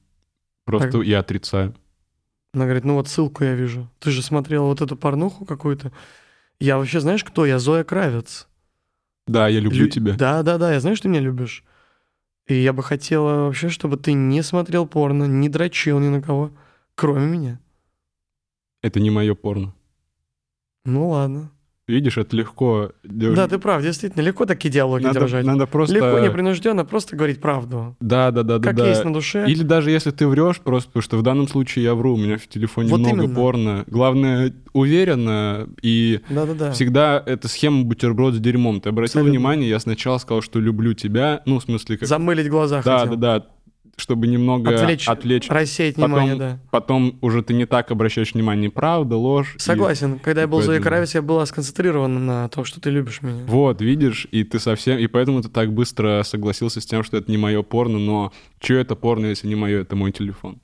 [SPEAKER 2] Просто
[SPEAKER 3] Так.
[SPEAKER 2] я отрицаю.
[SPEAKER 3] Она говорит, ну вот ссылку я вижу. Ты же смотрел вот эту порнуху какую-то. Я вообще, знаешь, кто? Я Зоя Кравец.
[SPEAKER 2] Да, я люблю
[SPEAKER 3] Лю-
[SPEAKER 2] тебя.
[SPEAKER 3] Да, да, да, я знаю, что ты меня любишь. И я бы хотела вообще, чтобы ты не смотрел порно, не дрочил ни на кого, кроме меня.
[SPEAKER 2] Это не мое порно.
[SPEAKER 3] Ну ладно.
[SPEAKER 2] Видишь, это легко.
[SPEAKER 3] Да, ты прав, действительно, легко такие диалоги
[SPEAKER 2] надо,
[SPEAKER 3] держать.
[SPEAKER 2] надо просто...
[SPEAKER 3] Легко, непринужденно, просто говорить правду.
[SPEAKER 2] Да, да, да, да.
[SPEAKER 3] Как
[SPEAKER 2] да.
[SPEAKER 3] есть ну, на душе.
[SPEAKER 2] Или даже если ты врешь, просто потому что в данном случае я вру, у меня в телефоне
[SPEAKER 3] Вот
[SPEAKER 2] много
[SPEAKER 3] именно.
[SPEAKER 2] порно. Главное, уверенно и
[SPEAKER 3] Да-да-да.
[SPEAKER 2] всегда эта схема бутерброд с дерьмом. Ты обратил
[SPEAKER 3] Абсолютно.
[SPEAKER 2] внимание, я сначала сказал, что люблю тебя, ну, в смысле, как...
[SPEAKER 3] Замылить глаза
[SPEAKER 2] да, да,
[SPEAKER 3] хотел.
[SPEAKER 2] да, чтобы немного
[SPEAKER 3] Отвлечь,
[SPEAKER 2] отвлечь.
[SPEAKER 3] рассеять
[SPEAKER 2] Потом,
[SPEAKER 3] внимание, да.
[SPEAKER 2] потом уже ты не так обращаешь внимание, правда, ложь. и-
[SPEAKER 3] Согласен. Когда я был
[SPEAKER 2] поэтому-
[SPEAKER 3] Зоей Кравец, я была сконцентрирован на том, что ты любишь меня.
[SPEAKER 2] Вот, видишь, и ты совсем... И поэтому ты так быстро согласился с тем, что это не мое порно, но чё это порно, если не мое, это мой телефон.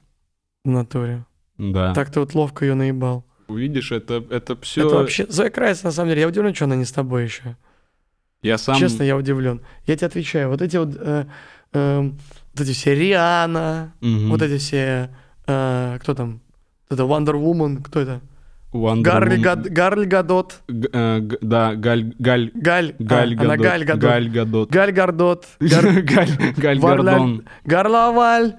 [SPEAKER 3] В натуре.
[SPEAKER 2] Да.
[SPEAKER 3] Так ты вот ловко ее наебал.
[SPEAKER 2] Увидишь, это, это все...
[SPEAKER 3] Это вообще... Зоя Кравец, на самом деле, я удивлен, что она не с тобой еще.
[SPEAKER 2] Я сам...
[SPEAKER 3] Честно, я удивлен. Я тебе отвечаю. Вот эти вот... э, э, вот эти все Риана,
[SPEAKER 2] Мгм.
[SPEAKER 3] вот эти все... э, кто там? Это Wonder Woman, кто это?
[SPEAKER 2] Wonder
[SPEAKER 3] Гарли,
[SPEAKER 2] Woman.
[SPEAKER 3] Гад- Гарль Гадот.
[SPEAKER 2] Г- э, г- Да, Галь... Галь...
[SPEAKER 3] Галь. а,
[SPEAKER 2] Галь
[SPEAKER 3] она
[SPEAKER 2] Гадот.
[SPEAKER 3] Галь
[SPEAKER 2] Галь Гадот.
[SPEAKER 3] Гадот. Галь Гардот.
[SPEAKER 2] <laughs> Галь... Галь Гордон.
[SPEAKER 3] Горловаль.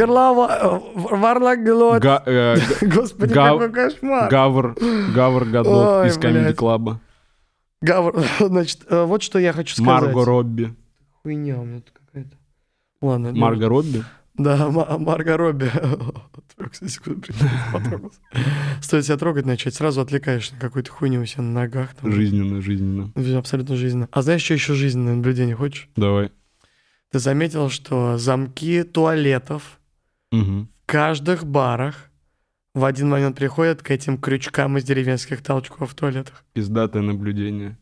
[SPEAKER 3] Горлова... Варлаглот.
[SPEAKER 2] Га- э, г-
[SPEAKER 3] э, <laughs> Господи,
[SPEAKER 2] Гав-
[SPEAKER 3] какой кошмар.
[SPEAKER 2] Гавр... Гавр Гадот
[SPEAKER 3] Ой,
[SPEAKER 2] из Камеди
[SPEAKER 3] блядь.
[SPEAKER 2] Клаба.
[SPEAKER 3] Гавр- <laughs> Значит, э, вот что я хочу сказать.
[SPEAKER 2] Марго Робби.
[SPEAKER 3] Хуйня у меня тут какая-то. Ладно. не важно.
[SPEAKER 2] Марго Робби?
[SPEAKER 3] Да, Ма- Марго Робби. <laughs> Отвлекся, секунду, прикинь, потрогался. Стоит себя трогать начать, сразу отвлекаешься на какую-то хуйню у себя на ногах. там.
[SPEAKER 2] Жизненно, жизненно.
[SPEAKER 3] Всё Абсолютно жизненно. А знаешь, что еще жизненное наблюдение хочешь?
[SPEAKER 2] Давай.
[SPEAKER 3] Ты заметил, что замки туалетов
[SPEAKER 2] Мгм.
[SPEAKER 3] в каждых барах в один момент приходят к этим крючкам из деревенских толчков в туалетах.
[SPEAKER 2] Пиздатое наблюдение.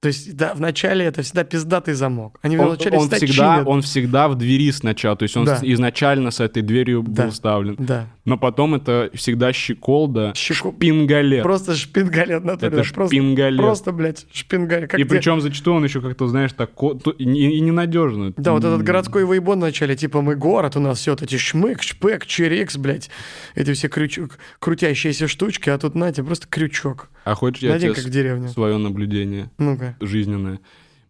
[SPEAKER 3] То есть, да, вначале это всегда пиздатый замок. Они
[SPEAKER 2] Он,
[SPEAKER 3] вначале
[SPEAKER 2] он
[SPEAKER 3] всегда
[SPEAKER 2] всегда,
[SPEAKER 3] чинят.
[SPEAKER 2] он всегда в двери сначала, то есть он
[SPEAKER 3] Да.
[SPEAKER 2] с- изначально с этой дверью
[SPEAKER 3] Да.
[SPEAKER 2] был вставлен.
[SPEAKER 3] Да.
[SPEAKER 2] Но потом это всегда щеколда,
[SPEAKER 3] Щеку-
[SPEAKER 2] шпингалет.
[SPEAKER 3] Просто шпингалет на
[SPEAKER 2] это шпингалет.
[SPEAKER 3] Просто, блядь, шпингалет. Как
[SPEAKER 2] и
[SPEAKER 3] где-
[SPEAKER 2] причем зачастую он еще как-то, знаешь, так ко- то- и, и ненадежно.
[SPEAKER 3] Да, вот этот городской воебон в начале, типа мы город, у нас все вот эти шмык, шпек, черекс, блядь, эти все крючок, крутящиеся штучки, а тут, на тебе, просто крючок.
[SPEAKER 2] А хочешь я
[SPEAKER 3] Надень
[SPEAKER 2] тебе
[SPEAKER 3] как деревня.
[SPEAKER 2] свое наблюдение <laughs>
[SPEAKER 3] Ну-ка.
[SPEAKER 2] жизненное?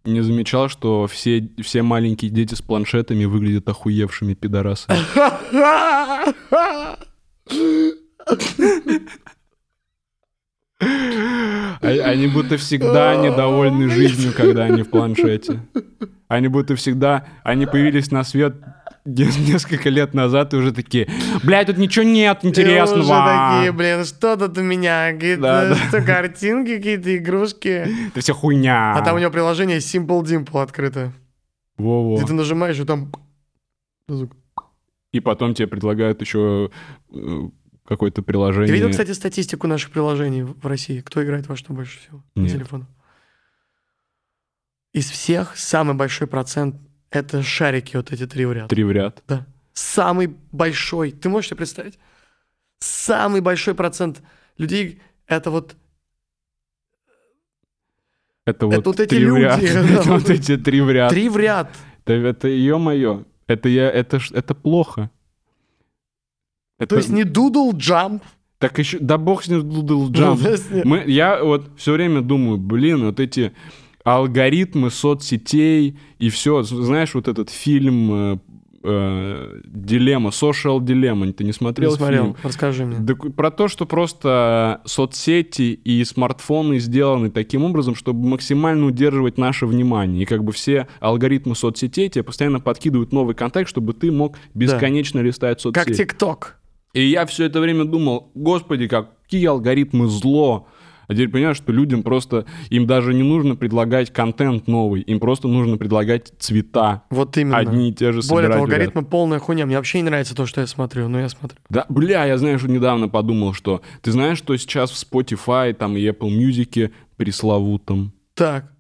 [SPEAKER 2] Не замечал, что все, все маленькие дети с планшетами выглядят охуевшими пидорасами. А- Они будто
[SPEAKER 3] <laughs>
[SPEAKER 2] всегда недовольны жизнью, когда они в планшете. Они будто всегда... Они появились на свет не- несколько лет назад и уже такие, бля, тут ничего нет
[SPEAKER 3] И уже такие,
[SPEAKER 2] интересного.
[SPEAKER 3] блин, что тут у меня?
[SPEAKER 2] Да,
[SPEAKER 3] Какие-то
[SPEAKER 2] да.
[SPEAKER 3] что, картинки, какие-то игрушки.
[SPEAKER 2] Это вся хуйня.
[SPEAKER 3] А там у него приложение Simple Dimple открыто. Где
[SPEAKER 2] Во-во.
[SPEAKER 3] ты нажимаешь, и там... звук.
[SPEAKER 2] И потом тебе предлагают еще э, какое-то приложение.
[SPEAKER 3] Ты видел, кстати, статистику наших приложений в в России? Кто играет во что больше всего на
[SPEAKER 2] Нет.
[SPEAKER 3] телефонах? Из всех самый большой процент — это шарики вот эти три в ряд.
[SPEAKER 2] Три в ряд.
[SPEAKER 3] Да. Самый большой. Ты можешь себе представить? Самый большой процент людей — это вот
[SPEAKER 2] Это вот,
[SPEAKER 3] вот эти
[SPEAKER 2] три в
[SPEAKER 3] люди,
[SPEAKER 2] ряд. <laughs>
[SPEAKER 3] да,
[SPEAKER 2] Это
[SPEAKER 3] вот
[SPEAKER 2] вот эти три в ряд.
[SPEAKER 3] Три в ряд.
[SPEAKER 2] Да Это ё-моё. Это я, это ж- это плохо. Это-
[SPEAKER 3] То есть не дудл джамп.
[SPEAKER 2] Так еще, да бог с ним
[SPEAKER 3] <laughs>
[SPEAKER 2] дудл джамп.
[SPEAKER 3] Ну, да, с ним.
[SPEAKER 2] Мы, я вот все время думаю, блин, вот эти алгоритмы соцсетей и все. Знаешь, вот этот фильм э, э, «Дилемма», «Social Dilemma», ты не смотрел
[SPEAKER 3] Не смотрел,
[SPEAKER 2] фильм?
[SPEAKER 3] расскажи мне.
[SPEAKER 2] Так про то, что просто соцсети и смартфоны сделаны таким образом, чтобы максимально удерживать наше внимание. И как бы все алгоритмы соцсетей тебе постоянно подкидывают новый контакт, чтобы ты мог бесконечно листать соцсети.
[SPEAKER 3] Как ТикТок.
[SPEAKER 2] И я все это время думал, господи, какие алгоритмы зло. А теперь понимаю, что людям просто, им даже не нужно предлагать контент новый, им просто нужно предлагать цвета.
[SPEAKER 3] Вот именно.
[SPEAKER 2] Одни и те же
[SPEAKER 3] Ну Более того,
[SPEAKER 2] собирать вверх.
[SPEAKER 3] алгоритмы полная хуйня. Мне вообще не нравится то, что я смотрю, но я смотрю.
[SPEAKER 2] Да, бля, я, знаешь, недавно подумал, что ты знаешь, что сейчас в Spotify, там и Apple Music пресловутом.
[SPEAKER 3] Так.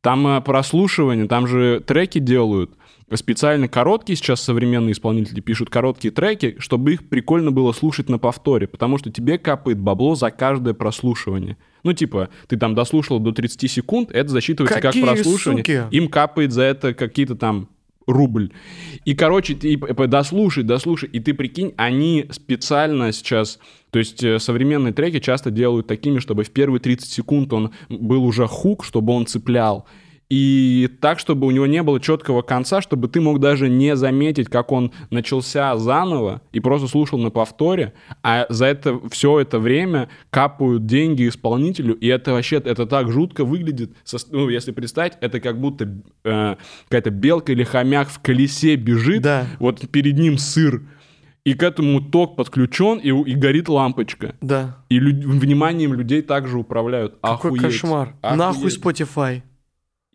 [SPEAKER 2] Там э, прослушивание, там же треки делают. Специально короткие сейчас современные исполнители пишут короткие треки, чтобы их прикольно было слушать на повторе, потому что тебе капает бабло за каждое прослушивание. Ну, типа, ты там дослушал до 30 секунд, это засчитывается
[SPEAKER 3] Какие
[SPEAKER 2] как прослушивание.
[SPEAKER 3] суки!
[SPEAKER 2] Им капает за это какие-то там рубль. И, короче, ты п- п- дослушай, дослушай, и ты прикинь, они специально сейчас, то есть э, современные треки часто делают такими, чтобы в первые 30 секунд он был уже хук, чтобы он цеплял. И так, чтобы у него не было четкого конца, чтобы ты мог даже не заметить, как он начался заново и просто слушал на повторе, а за это все это время капают деньги исполнителю, и это вообще это так жутко выглядит. со- ну, если представить, это как будто э, какая-то белка или хомяк в колесе бежит,
[SPEAKER 3] Да.
[SPEAKER 2] вот перед ним сыр, и к этому ток подключен, и, у- и горит лампочка.
[SPEAKER 3] Да.
[SPEAKER 2] И лю- вниманием людей также управляют.
[SPEAKER 3] Какой
[SPEAKER 2] Охуеть.
[SPEAKER 3] кошмар.
[SPEAKER 2] Охуеть.
[SPEAKER 3] Нахуй Spotify.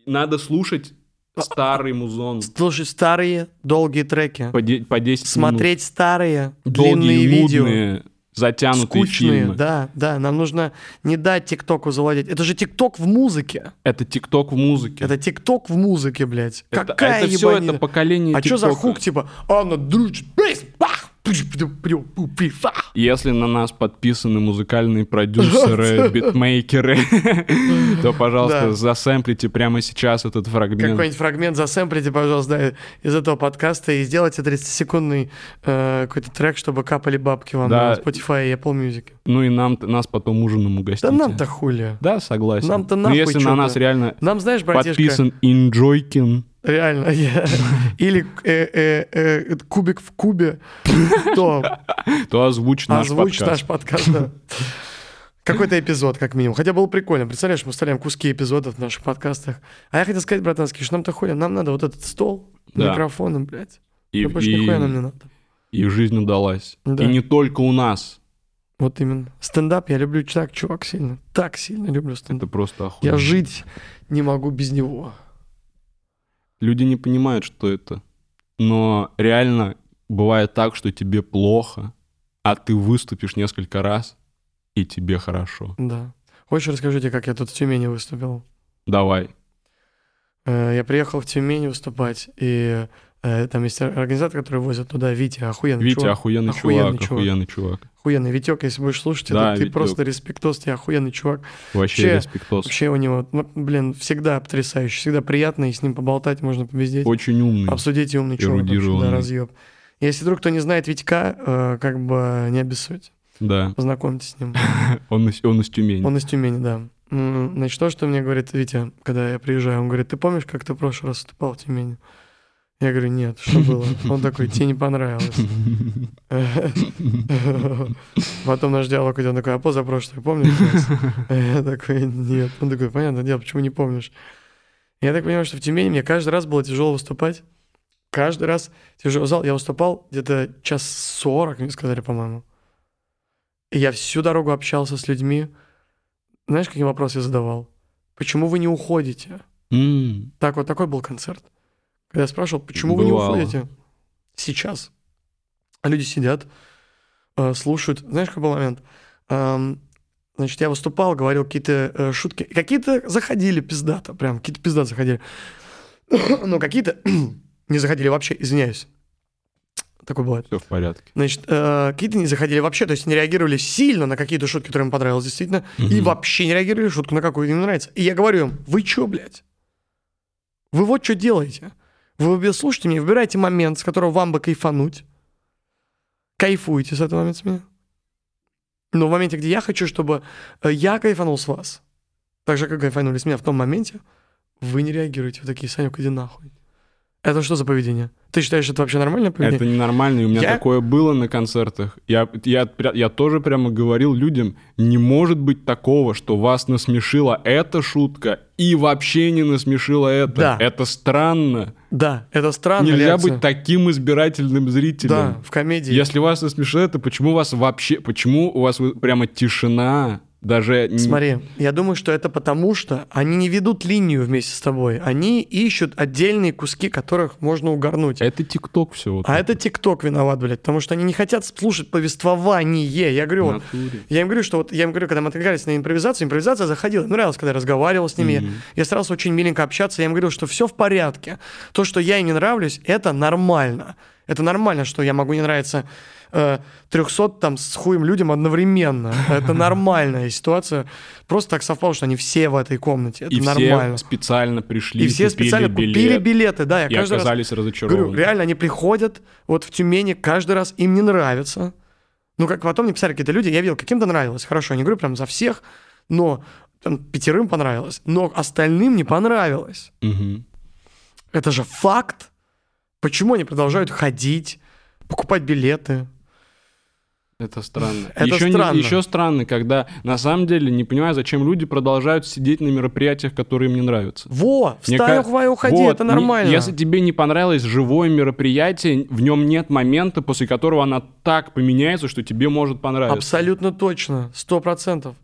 [SPEAKER 2] Надо слушать старый музон.
[SPEAKER 3] Слушать старые долгие треки.
[SPEAKER 2] По, де- по 10
[SPEAKER 3] Смотреть старые
[SPEAKER 2] минут.
[SPEAKER 3] длинные
[SPEAKER 2] ну, Долгие,
[SPEAKER 3] видео.
[SPEAKER 2] нудные, затянутые
[SPEAKER 3] Скучные,
[SPEAKER 2] фильмы.
[SPEAKER 3] да, да. Нам нужно не дать ТикТоку завладеть. Это же ТикТок в музыке.
[SPEAKER 2] Это тикток в музыке.
[SPEAKER 3] Это ТикТок в музыке, блядь.
[SPEAKER 2] Это-
[SPEAKER 3] Какая
[SPEAKER 2] это все
[SPEAKER 3] ебанина.
[SPEAKER 2] это поколение
[SPEAKER 3] А что за
[SPEAKER 2] ТикТока.
[SPEAKER 3] хук, типа, она дружит, бейс, бах, пш, пш, пш, пш, пш, пш».
[SPEAKER 2] Если на нас подписаны музыкальные
[SPEAKER 3] <laughs>
[SPEAKER 2] продюсеры, битмейкеры, то,
[SPEAKER 3] Да.
[SPEAKER 2] пожалуйста, засэмплите прямо сейчас этот фрагмент.
[SPEAKER 3] Какой-нибудь фрагмент засэмплите, пожалуйста, да, из этого подкаста и сделайте 30-секундный э, какой-то трек, чтобы капали бабки вам
[SPEAKER 2] Да.
[SPEAKER 3] на Spotify и Apple Music.
[SPEAKER 2] Ну и нам нас потом ужином
[SPEAKER 3] Да
[SPEAKER 2] угостите.
[SPEAKER 3] нам-то хули.
[SPEAKER 2] Да, согласен.
[SPEAKER 3] Нам-то
[SPEAKER 2] Но
[SPEAKER 3] нахуй
[SPEAKER 2] если
[SPEAKER 3] чё-то.
[SPEAKER 2] на нас реально
[SPEAKER 3] Нам, знаешь, братишка,
[SPEAKER 2] подписан Инджойкин,
[SPEAKER 3] реально, <laughs> я- или э, э, э, кубик
[SPEAKER 2] <laughs>
[SPEAKER 3] в кубе, то
[SPEAKER 2] то озвучь наш
[SPEAKER 3] озвучь
[SPEAKER 2] подкаст.
[SPEAKER 3] наш подкаст. да. Какой-то эпизод, как минимум. Хотя было прикольно. Представляешь, мы вставляем куски эпизодов в наших подкастах. А я хотел сказать, братанский, что нам-то хули, нам надо вот этот стол,
[SPEAKER 2] Да.
[SPEAKER 3] микрофоном, блядь.
[SPEAKER 2] И,
[SPEAKER 3] Ну, больше нихуя нам не
[SPEAKER 2] и,
[SPEAKER 3] надо.
[SPEAKER 2] и жизнь удалась.
[SPEAKER 3] Да.
[SPEAKER 2] И не только у нас.
[SPEAKER 3] Вот именно. Стендап я люблю так, чувак, сильно. Так сильно люблю
[SPEAKER 2] Это
[SPEAKER 3] стендап.
[SPEAKER 2] просто охуенно.
[SPEAKER 3] Я жить не могу без него.
[SPEAKER 2] Люди не понимают, что это. Но реально бывает так, что тебе плохо, а ты выступишь несколько раз, и тебе хорошо.
[SPEAKER 3] Да. Хочешь, расскажите, как я тут в Тюмени выступил?
[SPEAKER 2] Давай.
[SPEAKER 3] Э, Я приехал в Тюмень выступать, и э, там есть организатор, который возят туда Витя, охуенный
[SPEAKER 2] Витя
[SPEAKER 3] Ну, чувак.
[SPEAKER 2] охуенный,
[SPEAKER 3] Охуенный
[SPEAKER 2] чувак,
[SPEAKER 3] чувак.
[SPEAKER 2] охуенный чувак.
[SPEAKER 3] Охуенный Витек, если будешь слушать,
[SPEAKER 2] Да,
[SPEAKER 3] это ты
[SPEAKER 2] Витек.
[SPEAKER 3] просто респектос, ты охуенный чувак.
[SPEAKER 2] Вообще
[SPEAKER 3] Вообще,
[SPEAKER 2] респектос.
[SPEAKER 3] Вообще у него, ну, блин, всегда потрясающе, всегда приятно, и с ним поболтать можно побездеть.
[SPEAKER 2] Очень умный.
[SPEAKER 3] Обсудить и умный чувак, вообще, да,
[SPEAKER 2] эрудированный.
[SPEAKER 3] разъеб. Если вдруг кто не знает Витька, э, как бы не обессудь,
[SPEAKER 2] Да.
[SPEAKER 3] познакомьтесь с ним.
[SPEAKER 2] Он, из- он из Тюмени.
[SPEAKER 3] Он из Тюмени, да. М, Значит, то, что мне говорит Витя, когда я приезжаю, он говорит, ты помнишь, как ты в прошлый раз выступал в Тюмени? Я говорю, нет, что было? Он такой, тебе не понравилось. Потом наш диалог идет, он такой, а позапрошлый, помнишь? нас?» Я такой, нет. Он такой, понятно, дело, почему не помнишь? Я так понимаю, что в Тюмени мне каждый раз было тяжело выступать. Каждый раз тяжело. Зал, я выступал где-то час сорок, мне сказали, по-моему. И я всю дорогу общался с людьми. Знаешь, какие вопросы я задавал? Почему вы не уходите?
[SPEAKER 2] М,
[SPEAKER 3] Так вот, такой был концерт. Когда я спрашивал, почему вы не
[SPEAKER 2] Бывало.
[SPEAKER 3] уходите сейчас? А люди сидят, э, слушают. Знаешь, какой был момент? Эм, Значит, я выступал, говорил какие-то э, шутки. Какие-то заходили пиздато, прям какие-то пиздато <coughs> заходили. Но какие-то не заходили вообще, извиняюсь. Такое бывает.
[SPEAKER 2] Все в порядке.
[SPEAKER 3] Значит, э, какие-то не заходили вообще, то есть не реагировали сильно на какие-то шутки, которые им понравились действительно, и вообще не реагировали шутку на какую им нравится. И я говорю им, вы чё, блядь? Вы вот что делаете. Вы обе- слушайте меня, выбирайте момент, с которого вам бы кайфануть. Кайфуйте с этого момента с меня. Но в моменте, где я хочу, чтобы э, я кайфанул с вас, так же, как кайфанули с меня в том моменте, вы не реагируете. Вы такие, Санек, иди нахуй. Это что за поведение? Ты считаешь, это вообще нормальное поведение?
[SPEAKER 2] Это ненормально, и у меня
[SPEAKER 3] Я-
[SPEAKER 2] такое было на концертах. Я, я, пря- я тоже прямо говорил людям, не может быть такого, что вас насмешила эта шутка и вообще не насмешила это.
[SPEAKER 3] Да.
[SPEAKER 2] Это странно.
[SPEAKER 3] Да, это странно.
[SPEAKER 2] Нельзя
[SPEAKER 3] реакция.
[SPEAKER 2] быть таким избирательным зрителем.
[SPEAKER 3] Да, в комедии.
[SPEAKER 2] Если вас насмешило это, почему вас вообще... Почему у вас вы- прямо тишина? Даже... н-
[SPEAKER 3] Смотри, я думаю, что это потому, что они не ведут линию вместе с тобой. Они ищут отдельные куски, которых можно угорнуть.
[SPEAKER 2] А Это тикток все. Вот
[SPEAKER 3] А это ТикТок виноват, блядь, потому что они не хотят слушать повествование. Я говорю,
[SPEAKER 2] В
[SPEAKER 3] вот,
[SPEAKER 2] натуре.
[SPEAKER 3] я им говорю, что вот, я им говорю, когда мы отвлекались на импровизацию, импровизация заходила, им нравилось, когда я разговаривал с ними, я старался очень миленько общаться, я им говорил, что все в порядке, то, что я им не нравлюсь, это нормально, это нормально, что я могу не нравиться э, 300 там с хуем людям одновременно, это
[SPEAKER 2] <laughs>
[SPEAKER 3] нормальная ситуация, просто так совпало, что они все в этой комнате, это
[SPEAKER 2] И
[SPEAKER 3] нормально.
[SPEAKER 2] все специально пришли,
[SPEAKER 3] И
[SPEAKER 2] купили
[SPEAKER 3] все специально купили
[SPEAKER 2] билет.
[SPEAKER 3] билеты, да, я
[SPEAKER 2] и
[SPEAKER 3] каждый раз...
[SPEAKER 2] оказались разочарованы.
[SPEAKER 3] Говорю, реально, они приходят, вот в Тюмени каждый раз им не нравится. Ну, как потом мне писали какие-то люди, я видел, каким-то нравилось, хорошо, не говорю прям за всех, но там, пятерым понравилось, но остальным не понравилось.
[SPEAKER 2] Мгм.
[SPEAKER 3] Это же факт. Почему они продолжают ходить, покупать билеты?
[SPEAKER 2] Это странно.
[SPEAKER 3] <laughs> Это
[SPEAKER 2] еще
[SPEAKER 3] странно.
[SPEAKER 2] еще странно, когда на самом деле не понимаю, зачем люди продолжают сидеть на мероприятиях, которые им не нравятся.
[SPEAKER 3] Во,
[SPEAKER 2] Мне
[SPEAKER 3] встань,
[SPEAKER 2] ка-
[SPEAKER 3] ухвай, уходи,
[SPEAKER 2] Вот,
[SPEAKER 3] это
[SPEAKER 2] не-
[SPEAKER 3] нормально.
[SPEAKER 2] Если тебе не понравилось живое мероприятие, в нем нет момента, после которого она так поменяется, что тебе может понравиться.
[SPEAKER 3] Абсолютно точно, сто процентов.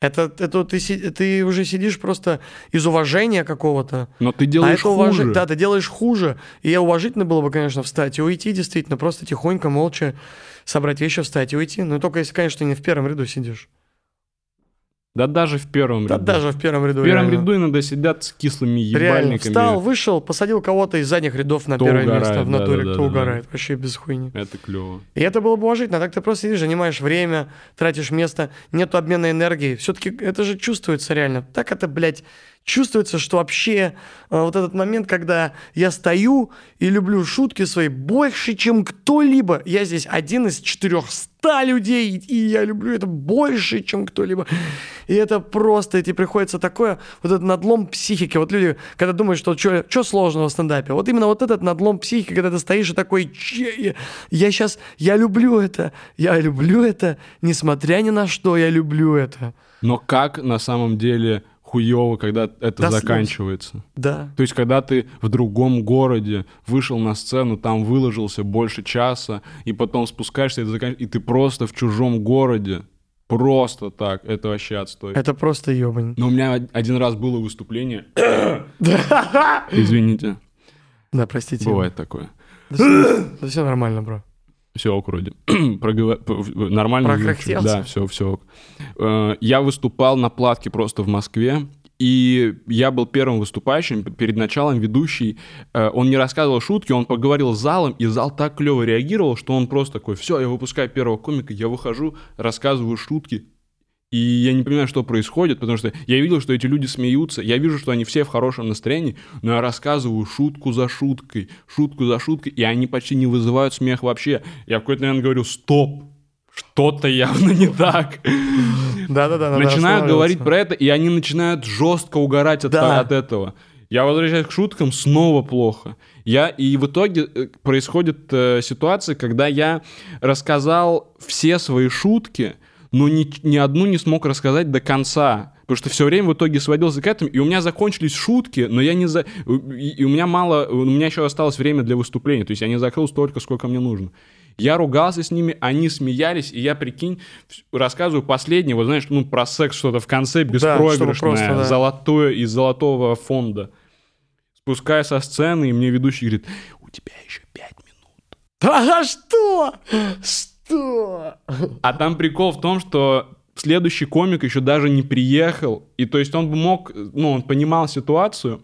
[SPEAKER 3] Это, это ты, си- ты уже сидишь просто из уважения какого-то.
[SPEAKER 2] Но ты делаешь
[SPEAKER 3] а это уважи-
[SPEAKER 2] хуже.
[SPEAKER 3] Да, ты делаешь хуже. И уважительно было бы, конечно, встать и уйти, действительно, просто тихонько, молча собрать вещи, встать и уйти. Но только если, конечно, не в первом ряду сидишь.
[SPEAKER 2] Да даже в первом
[SPEAKER 3] Да
[SPEAKER 2] ряду.
[SPEAKER 3] даже в первом ряду.
[SPEAKER 2] в первом
[SPEAKER 3] реально.
[SPEAKER 2] ряду иногда сидят с кислыми
[SPEAKER 3] Реально,
[SPEAKER 2] ебальниками.
[SPEAKER 3] встал, вышел, посадил кого-то из задних рядов на
[SPEAKER 2] Кто
[SPEAKER 3] первое
[SPEAKER 2] угорает,
[SPEAKER 3] место в
[SPEAKER 2] да,
[SPEAKER 3] натуре,
[SPEAKER 2] да,
[SPEAKER 3] кто
[SPEAKER 2] да, да.
[SPEAKER 3] угорает. Вообще без хуйни.
[SPEAKER 2] Это клево.
[SPEAKER 3] И это было бы уважительно, а так ты просто сидишь, занимаешь время, тратишь место, нету обмена энергией. Все-таки это же чувствуется реально. Так это, блядь, чувствуется, что вообще э, вот этот момент, когда я стою и люблю шутки свои больше, чем кто-либо. Я здесь один из 400 людей, и я люблю это больше, чем кто-либо. И это просто, и тебе приходится такое, вот этот надлом психики. Вот люди, когда думают, что что сложного в стендапе, вот именно вот этот надлом психики, когда ты стоишь и такой, «Че я, сейчас, я люблю это, я люблю это, несмотря ни на что, я люблю это.
[SPEAKER 2] Но как на самом деле хуево, когда это
[SPEAKER 3] Да, слез.
[SPEAKER 2] заканчивается?
[SPEAKER 3] Да.
[SPEAKER 2] То есть, когда ты в другом городе вышел на сцену, там выложился больше часа, и потом спускаешься, и, это заканч- и ты просто в чужом городе. Просто так. Это вообще отстой.
[SPEAKER 3] Это просто ебань.
[SPEAKER 2] Но у меня од- один раз было выступление. Извините.
[SPEAKER 3] Да, простите.
[SPEAKER 2] Бывает такое.
[SPEAKER 3] Да все нормально, бро.
[SPEAKER 2] Все ок вроде. <clears throat> Проговор- п- в- Нормально. звучу.
[SPEAKER 3] Прокряхтелся?
[SPEAKER 2] Да, все, все ок. Э, Я выступал на платке просто в Москве. И я был первым выступающим, п- перед началом ведущий, э, он не рассказывал шутки, он поговорил с залом, и зал так клево реагировал, что он просто такой, все, я выпускаю первого комика, я выхожу, рассказываю шутки, и я не понимаю, что происходит, потому что я видел, что эти люди смеются, я вижу, что они все в хорошем настроении, но я рассказываю шутку за шуткой, шутку за шуткой, и они почти не вызывают смех вообще. Я в какой-то момент говорю, стоп, что-то явно не так.
[SPEAKER 3] Да-да-да. надо
[SPEAKER 2] Начинают
[SPEAKER 3] останавливаться.
[SPEAKER 2] говорить про это, и они начинают жестко угорать от,
[SPEAKER 3] Да.
[SPEAKER 2] от этого. Я возвращаюсь к шуткам, снова плохо. Я, и в итоге э, происходит э, ситуация, когда я рассказал все свои шутки, но ни, ни одну не смог рассказать до конца. Потому что все время в итоге сводился к этому, и у меня закончились шутки, но я не за... И и у меня мало... У меня еще осталось время для выступления, то есть я не закрыл столько, сколько мне нужно. Я ругался с ними, они смеялись, и я, прикинь, вс- рассказываю последнее, вот знаешь, ну, про секс что-то в конце беспроигрышное,
[SPEAKER 3] чтобы просто, да.
[SPEAKER 2] золотое из золотого фонда. Спускаю со сцены, и мне ведущий говорит, у тебя еще пять минут.
[SPEAKER 3] <laughs> Да что? Что?
[SPEAKER 2] А там прикол в том, что следующий комик еще даже не приехал, и то есть он бы мог, ну, он понимал ситуацию,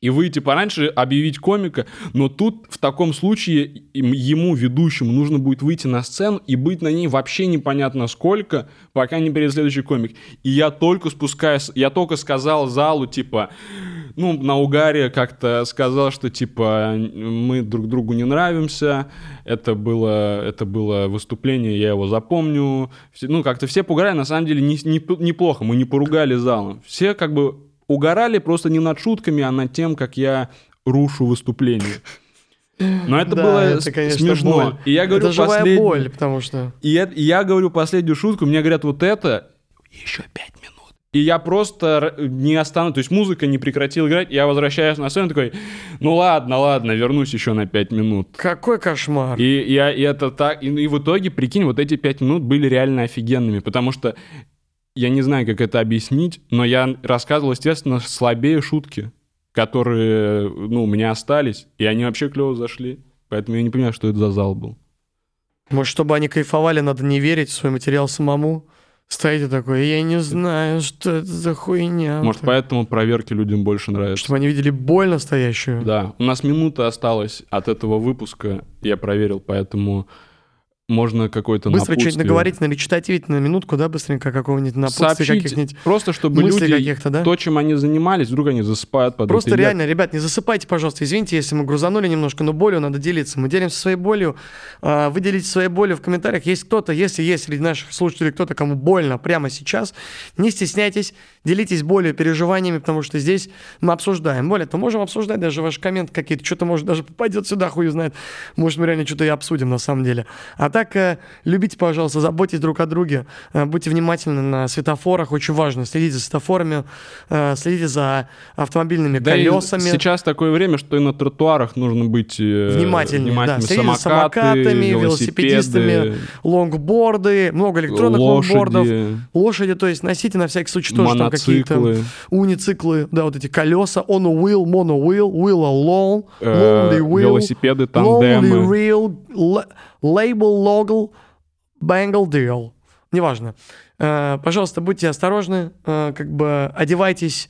[SPEAKER 2] и выйти пораньше, объявить комика, но тут в таком случае им- ему, ведущему, нужно будет выйти на сцену и быть на ней вообще непонятно сколько, пока не приедет следующий комик. И я только спускаюсь, я только сказал залу, типа, ну, на угаре как-то сказал, что, типа, мы друг другу не нравимся, это было, это было выступление, я его запомню. Все- ну, как-то все поугарали, на самом деле, не- не- неплохо, мы не поругали залом. Все как бы угорали просто не над шутками, а над тем, как я рушу выступление. Но это
[SPEAKER 3] Да,
[SPEAKER 2] было
[SPEAKER 3] это,
[SPEAKER 2] с-
[SPEAKER 3] конечно,
[SPEAKER 2] смешно.
[SPEAKER 3] боль.
[SPEAKER 2] И я говорю
[SPEAKER 3] это живая
[SPEAKER 2] послед-
[SPEAKER 3] боль, потому что...
[SPEAKER 2] И я, и я говорю последнюю шутку, мне говорят вот это, еще пять минут. И я просто р- не останусь, то есть музыка не прекратила играть, я возвращаюсь на сцену такой, ну ладно, ладно, вернусь еще на пять минут.
[SPEAKER 3] Какой кошмар.
[SPEAKER 2] И, я, и это так. И, ну, и в итоге, прикинь, вот эти пять минут были реально офигенными, потому что я не знаю, как это объяснить, но я рассказывал, естественно, слабее шутки, которые, ну, у меня остались, и они вообще клево зашли. Поэтому я не понимаю, что это за зал был.
[SPEAKER 3] Может, чтобы они кайфовали, надо не верить в свой материал самому? Стоите такой, я не знаю, что это за хуйня.
[SPEAKER 2] Может,
[SPEAKER 3] Так.
[SPEAKER 2] поэтому проверки людям больше нравятся.
[SPEAKER 3] Чтобы они видели боль настоящую.
[SPEAKER 2] Да, у нас минута осталась от этого выпуска, я проверил, поэтому можно какой-то
[SPEAKER 3] Быстро что-нибудь
[SPEAKER 2] напутствие.
[SPEAKER 3] наговорить, наречитативить на минутку, да, быстренько какого-нибудь напутствия
[SPEAKER 2] Сообщить
[SPEAKER 3] каких-нибудь.
[SPEAKER 2] просто, чтобы
[SPEAKER 3] мыслей
[SPEAKER 2] люди,
[SPEAKER 3] каких-то, да?
[SPEAKER 2] то, чем они занимались, вдруг они засыпают под
[SPEAKER 3] Просто
[SPEAKER 2] это. Я-
[SPEAKER 3] реально, ребят, не засыпайте, пожалуйста. Извините, если мы грузанули немножко, но болью надо делиться. Мы делимся своей болью. А, Вы делитесь своей болью в комментариях. Есть кто-то, если есть среди наших слушателей кто-то, кому больно прямо сейчас, не стесняйтесь, делитесь болью, переживаниями, потому что здесь мы обсуждаем. Более того, можем обсуждать даже ваши комменты какие-то. Что-то, может, даже попадет сюда, хуй знает. Может, мы реально что-то и обсудим на самом деле. А так, э, любите, пожалуйста, заботьтесь друг о друге. Э, Будьте внимательны на светофорах. Очень важно. Следите за светофорами, э, следите за автомобильными
[SPEAKER 2] Да и
[SPEAKER 3] колесами.
[SPEAKER 2] Сейчас такое время, что и на тротуарах нужно быть э,
[SPEAKER 3] Внимательнее, да.
[SPEAKER 2] внимательным.
[SPEAKER 3] Следите за самокатами, велосипедистами,
[SPEAKER 2] велосипедистами,
[SPEAKER 3] лонгборды, много электронных лонгбордов,
[SPEAKER 2] лошади,
[SPEAKER 3] лошади, то есть носите на всякий случай тоже там какие-то
[SPEAKER 2] моноциклы.
[SPEAKER 3] унициклы, да, вот эти колеса, on wheel, mono wheel, wheel alone,
[SPEAKER 2] э,
[SPEAKER 3] lonely wheel,
[SPEAKER 2] велосипеды,
[SPEAKER 3] lonely
[SPEAKER 2] тандемы.
[SPEAKER 3] wheel, la- label, logal, bangle deal, неважно. Э, Пожалуйста, будьте осторожны, э, как бы одевайтесь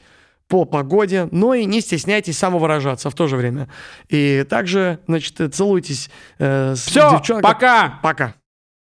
[SPEAKER 3] по погоде, но и не стесняйтесь самовыражаться в то же время. И также, значит, целуйтесь э, с
[SPEAKER 2] Все,
[SPEAKER 3] девчонкой.
[SPEAKER 2] пока!
[SPEAKER 3] Пока.